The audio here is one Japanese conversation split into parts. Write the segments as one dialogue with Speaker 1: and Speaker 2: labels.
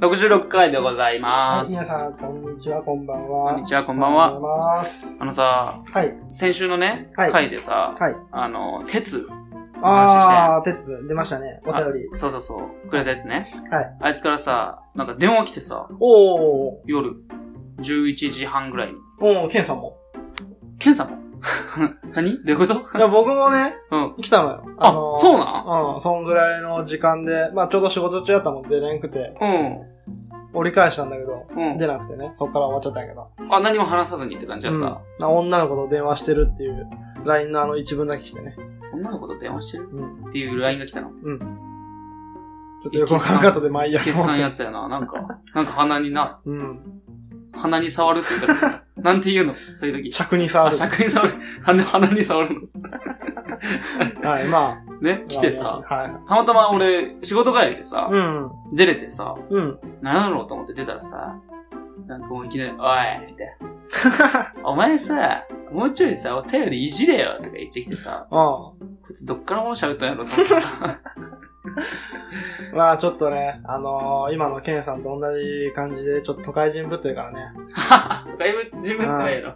Speaker 1: 66回でございま
Speaker 2: はい、
Speaker 1: す。
Speaker 2: 皆さん、こんにちは、こんばん
Speaker 1: こ
Speaker 2: は。
Speaker 1: んにちは、こんばんは。
Speaker 2: は。ます
Speaker 1: あのさ、
Speaker 2: はい、
Speaker 1: 先週のね、
Speaker 2: はい
Speaker 1: 回でさ、
Speaker 2: はい。
Speaker 1: あの、鉄、
Speaker 2: あー、鉄、出ましたね。お便り。
Speaker 1: そうそうそう、くれたやつね。
Speaker 2: はい。
Speaker 1: あいつからさ、なんか電話来てさ、
Speaker 2: おー、
Speaker 1: 夜、11時半ぐらいに。
Speaker 2: おー、ケンさんも。
Speaker 1: ケンさんも 何どういうこと
Speaker 2: いや、僕もね、
Speaker 1: うん。
Speaker 2: 来たのよ。
Speaker 1: あ、そうなん
Speaker 2: うん、そんぐらいの時間で、まあちょうど仕事中やったもんで出れんくて、
Speaker 1: う
Speaker 2: 折り返したんだけど、
Speaker 1: ん。う
Speaker 2: 出なくてね、そっから終わっちゃったんやけど。
Speaker 1: ん。あ、何も話さずにって感じだ
Speaker 2: う
Speaker 1: っ
Speaker 2: ん
Speaker 1: た。
Speaker 2: な女の子と電話してるっていう、LINE のあの一文だけ来てね。
Speaker 1: 女の子と電話してる
Speaker 2: うん。
Speaker 1: っていう LINE が来たの。
Speaker 2: ちょっとよくわからなかったで、まあいいや
Speaker 1: いけつかんやつやな。なんか、なんか鼻にな、
Speaker 2: うん。
Speaker 1: 鼻に触るって言ったらさ、 なんて言うのそういう時。
Speaker 2: 尺に触
Speaker 1: あ、
Speaker 2: る。
Speaker 1: 尺に触る。鼻鼻に触るの。
Speaker 2: はい、まあ。
Speaker 1: ね、来てさ、
Speaker 2: はい。
Speaker 1: たまたま俺、仕事帰りでさ、
Speaker 2: うん。
Speaker 1: 出れてさ、
Speaker 2: うん。
Speaker 1: 何だろうと思って出たらさ、なんかもういきなり、おいみたい な。お前さ、もうちょいさ、お便りいじれよとか言ってきてさ、
Speaker 2: う
Speaker 1: こいつどっからもの喋ったんやろと思ってさ。
Speaker 2: ん。まあちょっとね、あのー今のケンさんと同じ感じで、ちょっと都会人ぶってるからね。
Speaker 1: だいぶ自分ってないやろ。。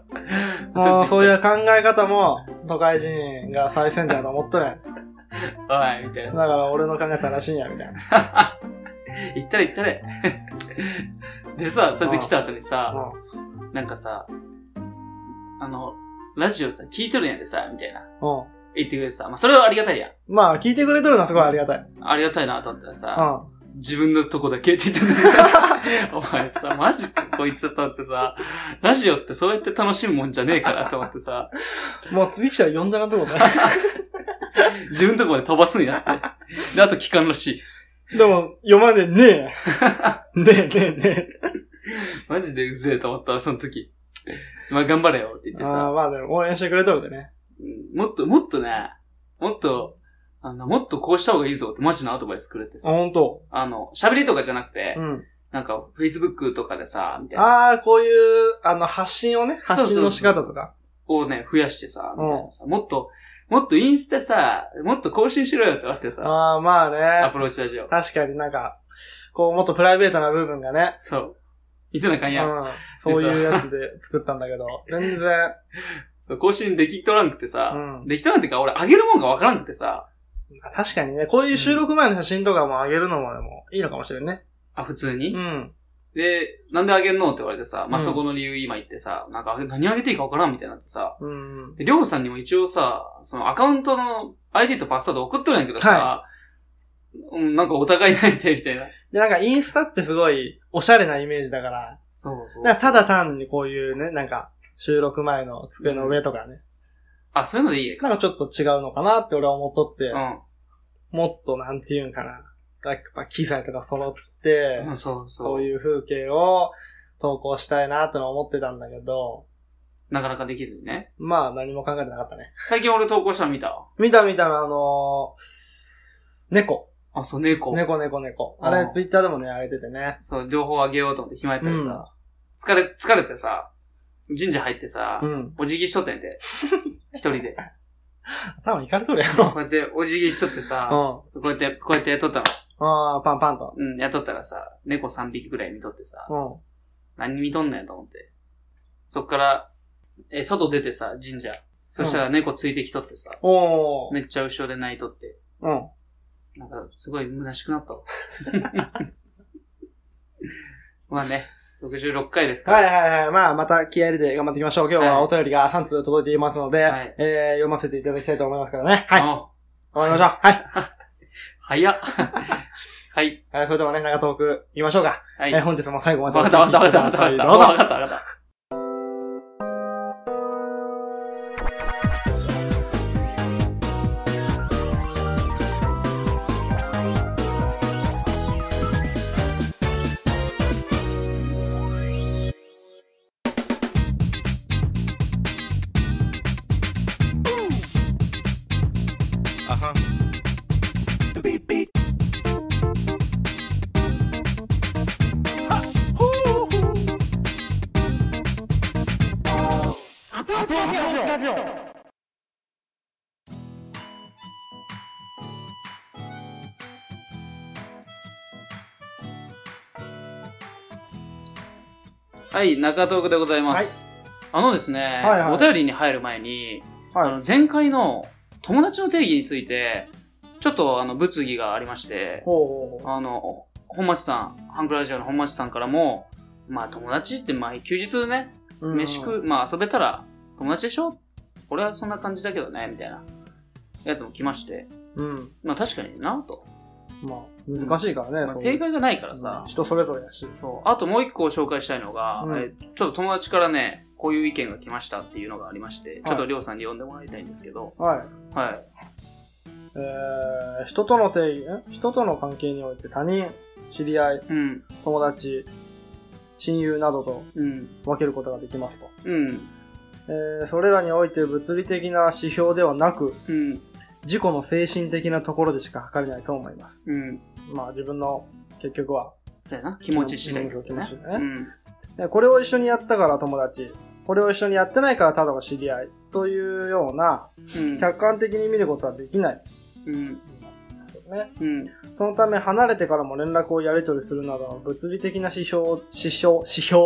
Speaker 2: もうそういうう考え方も、都会人が最先端だと思っとるやん。
Speaker 1: おいみたい
Speaker 2: だ
Speaker 1: な。
Speaker 2: から俺の考え正しいんや、みたいな。
Speaker 1: 行ったれ行ったれ。でさ、それで来た後にさ、なんかさ、あの、ラジオさ、聞いとるんやでさ、みたいな。
Speaker 2: うん。う
Speaker 1: 言ってくれてさ、まあそれはありがたいやん。
Speaker 2: ん。まあ、聞いてくれとるのはすごいありがたい。
Speaker 1: ありがたいなと思ったら
Speaker 2: う
Speaker 1: さ、
Speaker 2: ん。
Speaker 1: 自分のとこだけって言ってたん だけどお前さ、マジかこいつと思ってさ、ラジオってそうやって楽しむもんじゃねえからと思ってさ、
Speaker 2: もう次来たら呼んだなとこね。
Speaker 1: 自分のとこまで飛ばすんやって。で、あと期間らしい。
Speaker 2: でも、読まねえ ねえ。ねえねえね
Speaker 1: マジでうぜえと思ったわ、その時。まあ頑張れよって言って
Speaker 2: え。あ
Speaker 1: さ、
Speaker 2: あ、まあでも応援してくれとるでね。
Speaker 1: うんもっと、もっとね、もっと、あの、もっとこうした方がいいぞってマジのアドバイスくれて
Speaker 2: あ、
Speaker 1: さ、
Speaker 2: ほんと。
Speaker 1: あの、喋りとかじゃなくて、
Speaker 2: うん。
Speaker 1: なんか Facebook とかでさ、みたいな、
Speaker 2: ああ、こういう、あの、発信をね、発信の仕方とか。
Speaker 1: をね、増やしてさ、みたいなさ、もっと、もっとインスタさ、もっと更新しろよって言われてさ、
Speaker 2: ああ、まあ
Speaker 1: ア
Speaker 2: ね。
Speaker 1: プローチラジオ。
Speaker 2: 確かになんか、こう、もっとプライベートな部分がね。
Speaker 1: そう。見せなあかんやん、
Speaker 2: うん。そういうやつで作ったんだけど、全然、
Speaker 1: そう。更新できとらんくて
Speaker 2: う
Speaker 1: さ、
Speaker 2: ん。
Speaker 1: できとらんってか、俺あげるもんかわからんくてさ、
Speaker 2: 確かにね、こういう収録前の写真とかも上げるのもでもいいのかもしれんね。
Speaker 1: あ、普通に、
Speaker 2: うん。
Speaker 1: で、なんであげんのって言われてさ、まあ、
Speaker 2: うん
Speaker 1: そこの理由今言ってさ、なんかあげ何あげていいかわからんみたいになってさ、
Speaker 2: うん。
Speaker 1: で、りょうさんにも一応さ、そのアカウントの ID とパスワード送っとるんやけどさ、うん、なんかお互いないで、みたいな。
Speaker 2: で、なんかインスタってすごい、おしゃれなイメージだから、
Speaker 1: そうそ
Speaker 2: だからただ単にこういうね、なんか、収録前の机の上とかね、
Speaker 1: あ、そういうのでいいね
Speaker 2: なんかちょっと違うのかなって俺は思っとって、
Speaker 1: う
Speaker 2: もっとなんていうんかな、やっぱ機材とか揃って
Speaker 1: ん。う、ん、そうそ
Speaker 2: そう
Speaker 1: う。
Speaker 2: いう風景を投稿したいなってのは思ってたんだけど、
Speaker 1: なかなかできずにね。
Speaker 2: まあ何も考えてなかったね。
Speaker 1: 最近俺投稿したの見た
Speaker 2: 見た見たらあのー猫。
Speaker 1: あ、そう、猫。
Speaker 2: 猫猫猫。
Speaker 1: あー
Speaker 2: あれツイッターでもね、上げててね。
Speaker 1: そう、両方あげようと思って暇やったりさ、疲れ、疲れてさ、神社入ってさ、
Speaker 2: うん。
Speaker 1: お辞儀しとってん で、一人で。
Speaker 2: 頭いかれとるや
Speaker 1: こ
Speaker 2: ろ。
Speaker 1: うやってお辞儀しとってさ、
Speaker 2: うん。
Speaker 1: こ うやって、こうやってやっとったの。
Speaker 2: ああ、パンパンと。
Speaker 1: うん、やっとったらさ、猫3匹ぐらい見とってさ、
Speaker 2: う
Speaker 1: 何見とんねんと思って。そっから、え、外出てさ、神社。そしたら猫ついてきとってさ、
Speaker 2: ん。おー。
Speaker 1: めっちゃ後ろで泣いとって、
Speaker 2: うん。
Speaker 1: なんか、すごい虚しくなった わ。 まあね、66回ですか
Speaker 2: はい
Speaker 1: ら。
Speaker 2: はいはい。まあ、また気合入れて頑張っていきましょう。今日は
Speaker 1: はい
Speaker 2: お便りが3通届いていますので、
Speaker 1: はい
Speaker 2: えー読ませていただきたいと思いますからね。はい。
Speaker 1: あ
Speaker 2: 頑張りましょう。はい。
Speaker 1: 早っ。はい。
Speaker 2: えーそれではね、長トーク行きましょうか。
Speaker 1: はい。
Speaker 2: えー本日も最後ま
Speaker 1: わ
Speaker 2: で
Speaker 1: かったわかったわかったわかったわかったわかったわかった。
Speaker 3: Uh-huh. The beat beat. Ha!
Speaker 2: どうぞ。
Speaker 1: はい、中東区でございます。あのですね、
Speaker 2: はいはい
Speaker 1: お便りに入る前に、
Speaker 2: はい
Speaker 1: あの前回の友達の定義について、ちょっとあの物議がありまして、
Speaker 2: ほうほうほう。
Speaker 1: あの、本町さん、ハンクラジオの本町さんからも、まあ友達って、まあ休日ね、
Speaker 2: うん
Speaker 1: 飯食う、まあ遊べたら友達でしょ俺はそんな感じだけどね、みたいなやつも来まして、
Speaker 2: うん。
Speaker 1: まあ確かになと。
Speaker 2: まあ、難しいからね。
Speaker 1: まあ
Speaker 2: そう
Speaker 1: 正解がないからさ、
Speaker 2: 人それぞれやし。
Speaker 1: そうあともう一個紹介したいのが、
Speaker 2: うん
Speaker 1: えーちょっと友達からね、こういう意見が来ましたっていうのがありまして、ちょっとりょうさんに読んでもらいたいんですけど、
Speaker 2: はい。
Speaker 1: はい。
Speaker 2: えー、人との定義、ん人との関係において他人、知り合い、
Speaker 1: うん、
Speaker 2: 友達、親友などと
Speaker 1: うん、
Speaker 2: 分けることができますと。
Speaker 1: うん、
Speaker 2: えー、それらにおいて物理的な指標ではなく、
Speaker 1: うん、
Speaker 2: 自己の精神的なところでしか測れないと思います。
Speaker 1: うん。
Speaker 2: まあ自分の結局は。
Speaker 1: だよな、気持ち次第だよ
Speaker 2: 気持
Speaker 1: ね
Speaker 2: ち次。
Speaker 1: う
Speaker 2: 第ね
Speaker 1: ん、
Speaker 2: でこれを一緒にやったから友達、これを一緒にやってないからただの知り合いというような
Speaker 1: うん、
Speaker 2: 客観的に見ることはできない。
Speaker 1: うん、
Speaker 2: ね、
Speaker 1: うん、
Speaker 2: そのため離れてからも連絡をやり取りするなどの物理的な指標を、指標、指標、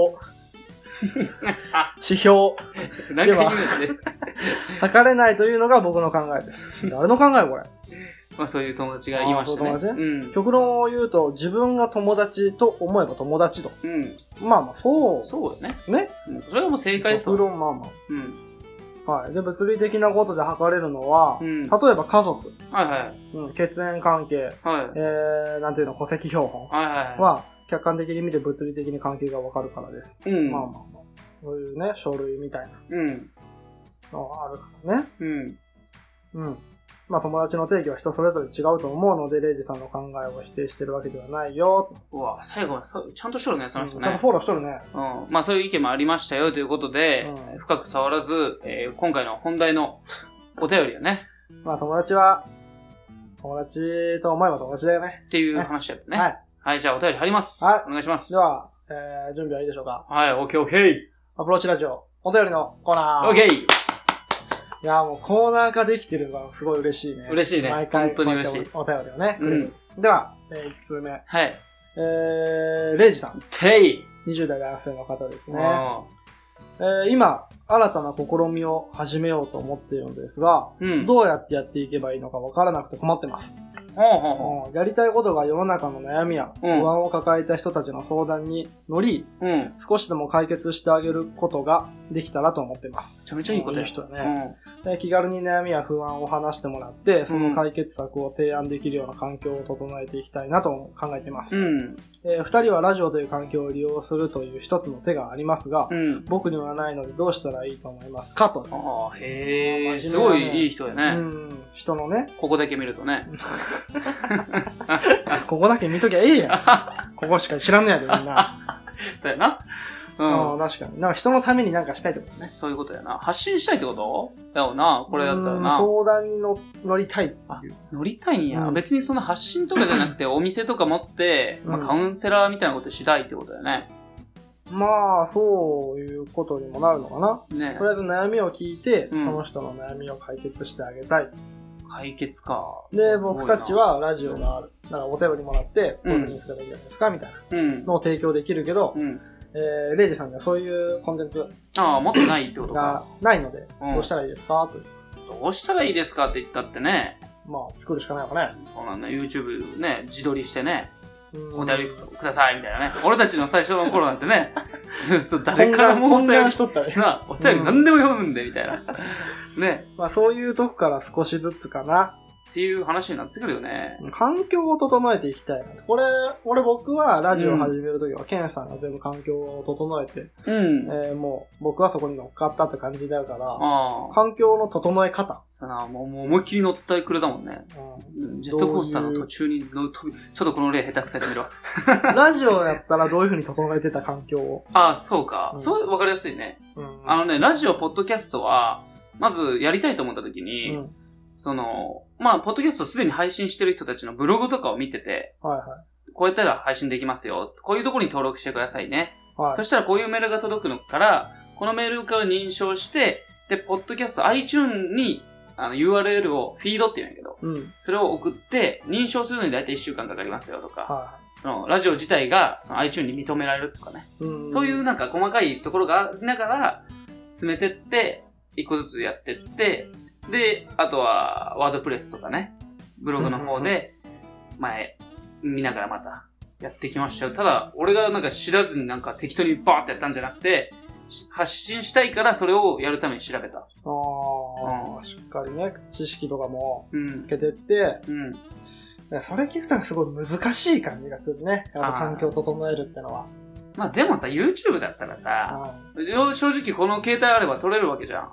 Speaker 2: 指標、
Speaker 1: 何回言
Speaker 2: では
Speaker 1: うんですね。
Speaker 2: 測れないというのが僕の考えです。誰の考えこれ。
Speaker 1: まあそういう友達がいましたね。
Speaker 2: あーそう友達
Speaker 1: うん、
Speaker 2: 極論を言うと、自分が友達と思えば友達と。
Speaker 1: うん、
Speaker 2: まあまあ、そう。
Speaker 1: そうだね。
Speaker 2: ね。
Speaker 1: うんそれはもう正解です
Speaker 2: 極
Speaker 1: わ。
Speaker 2: 論、まあま
Speaker 1: うん、
Speaker 2: あ。はい。で、物理的なことで測れるのは、
Speaker 1: うん、
Speaker 2: 例
Speaker 1: はい
Speaker 2: えば家族、
Speaker 1: はい、
Speaker 2: うん、血縁関係、
Speaker 1: はい、はい
Speaker 2: えー、なんていうの、戸籍標本
Speaker 1: はい、は
Speaker 2: は、客観的に見て物理的に関係がわかるからです。
Speaker 1: い。うん
Speaker 2: まあ、まあまあ。そういうね、書類みたいな
Speaker 1: うん、
Speaker 2: のがあるからね。
Speaker 1: うん、
Speaker 2: うん。まあ友達の定義は人それぞれ違うと思うので、レイジさんの考えを否定してるわけではないよ。
Speaker 1: うわ、最後はそうちゃんとしとるね、その
Speaker 2: うんち
Speaker 1: 人
Speaker 2: ゃんと
Speaker 1: ね。
Speaker 2: フォローしとるね。
Speaker 1: うん、まあそういう意見もありましたよということで、
Speaker 2: うん
Speaker 1: 深く触らず、えー今回の本題のお便りをね、
Speaker 2: まあ友達は、友達と思えば友達だよね。
Speaker 1: っていう話だったね。
Speaker 2: は
Speaker 1: はい、
Speaker 2: い。
Speaker 1: じゃあお便り貼ります。
Speaker 2: はい
Speaker 1: お願いします
Speaker 2: で。は、えー、準備はいいでしょうか。
Speaker 1: はい、オッケーオッケー。
Speaker 2: アプローチラジオ、お便りのコーナー。
Speaker 1: オッケー
Speaker 2: いやーもうコーナー化できてるのがすごい嬉しいね。
Speaker 1: 嬉しいね
Speaker 2: 毎回
Speaker 1: 本当に嬉しい
Speaker 2: こうやってお便りをね。く
Speaker 1: う
Speaker 2: れ
Speaker 1: ん
Speaker 2: る。では、えー、1通目。
Speaker 1: はい。
Speaker 2: えー、レイジさん。
Speaker 1: てい、
Speaker 2: 20代男性の方です
Speaker 1: うん
Speaker 2: ね。えー、今、新たな試みを始めようと思っているのですが、
Speaker 1: うん。
Speaker 2: どうやってやっていけばいいのかわからなくて困ってます。
Speaker 1: ほうほうほ
Speaker 2: うんやりたいことが世の中の悩みや不
Speaker 1: うん
Speaker 2: 安を抱えた人たちの相談に乗り、
Speaker 1: う。うん。め
Speaker 2: 少しでも解決してあげることができたらと思ってます。
Speaker 1: ちゃめちゃいいこと
Speaker 2: い
Speaker 1: や
Speaker 2: い人だね。で気軽に悩みや不安を話してもらって、その解決策を提案できるような環境を整えていきたいなと考えています。
Speaker 1: うん。うん。
Speaker 2: えー二人はラジオという環境を利用するという一つの手がありますが、
Speaker 1: うん。
Speaker 2: 僕にはないのでどうしたらいいと思いますかと。
Speaker 1: ああ、へ
Speaker 2: まあ
Speaker 1: え、すご
Speaker 2: 真面目だね
Speaker 1: いいい人や
Speaker 2: う
Speaker 1: ね。
Speaker 2: ん、人のね、
Speaker 1: ここだけ見るとね。
Speaker 2: ここだけ見ときゃええや ん。ここしか知らんのやで、みんな。
Speaker 1: そうやな。
Speaker 2: う、
Speaker 1: うん
Speaker 2: 確かに。なんか人のためになんかしたいってことね
Speaker 1: ん。。そういうことやな。発信したいってことだよな、これだったらな。
Speaker 2: うん相談にの乗りたいっていう。
Speaker 1: 乗りたいんや、
Speaker 2: うん
Speaker 1: 別にその発信とかじゃな くてお店とか持って、まあ、
Speaker 2: うん
Speaker 1: カウンセラーみたいなことしたいってことだよね
Speaker 2: まあ、そういうことにもなるのかな。
Speaker 1: ね
Speaker 2: とりあえず悩みを聞いて、
Speaker 1: うん
Speaker 2: その人の悩みを解決してあげたい。
Speaker 1: 解決か
Speaker 2: で、僕たちはラジオがある。だからお便りもらって、こう
Speaker 1: う
Speaker 2: い
Speaker 1: ん
Speaker 2: うふうにすればいいんじゃないですか、みたいな
Speaker 1: うん、
Speaker 2: のを提供できるけど
Speaker 1: う、ん、
Speaker 2: えー、レイジさんにはそういうコンテンツ
Speaker 1: ああ持ってないってことか
Speaker 2: がないので、
Speaker 1: うん
Speaker 2: どうしたらいいですかという。
Speaker 1: どうしたらいいですかって言ったってね
Speaker 2: まあ、作るしかないわね。
Speaker 1: そうなんだ YouTube ね自撮りしてね
Speaker 2: うん
Speaker 1: お便りくださいみたいなね俺たちの最初の頃なんて ねずっと誰
Speaker 2: 懇
Speaker 1: から
Speaker 2: 願
Speaker 1: もお
Speaker 2: 懇
Speaker 1: 便
Speaker 2: 願
Speaker 1: り
Speaker 2: しとったね。
Speaker 1: なお便り何でも読むんでみたいなね
Speaker 2: まあ、そういうとこから少しずつかな。
Speaker 1: っていう話になってくるよね
Speaker 2: 環境を整えていきたいなと。これ、俺僕はラジオを始めるときは、ケンさんが全部環境を整えて、
Speaker 1: うん、
Speaker 2: えーもう僕はそこに乗っかったって感じだから、
Speaker 1: ああ
Speaker 2: 環境の整え方。
Speaker 1: そうだなもうもう思いっきり乗ったくれたもんね
Speaker 2: う
Speaker 1: ジェットコースターの途中にの飛び、ちょっとこの例下手くそやってみろ。
Speaker 2: んラジオやったらどういうふうに整えてた環境を。
Speaker 1: ああ、そうか。
Speaker 2: うん
Speaker 1: そう、わかりやすいね。
Speaker 2: うん
Speaker 1: あのね、ラジオ、ポッドキャストは、まずやりたいと思った時
Speaker 2: う
Speaker 1: に、
Speaker 2: ん。
Speaker 1: その、まあ、ポッドキャストすでに配信してる人たちのブログとかを見てて、
Speaker 2: はいは
Speaker 1: こうやったら配信できますよ。こういうところに登録してくださいね。
Speaker 2: い。はい
Speaker 1: そしたらこういうメールが届くのから、このメールから認証して、で、ポッドキャスト、iTune に、あの、URL を、フィードって言うんやけど、
Speaker 2: うん。
Speaker 1: それを送って、認証するのに大体1週間かかりますよとか、
Speaker 2: は
Speaker 1: そのラジオ自体がその iTune に認められるとかね、
Speaker 2: うん
Speaker 1: そういうなんか細かいところがありながら、詰めてって、一個ずつやってって、で、あとはワードプレスとかね、ブログの方で、前、見ながらまたやってきましたよ。ただ、俺がなんか知らずになんか適当にバーってやったんじゃなくて、し発信したいからそれをやるために調べた。
Speaker 2: ああ、しっかりね、知識とかも
Speaker 1: うん
Speaker 2: つ。けてって、
Speaker 1: うん。
Speaker 2: それ聞くのがすごい難しい感じがするね。やっぱ環境を整えるってのは。
Speaker 1: まあでもさ、YouTube だったらさ、よ正直この携帯あれば撮れるわけじゃん。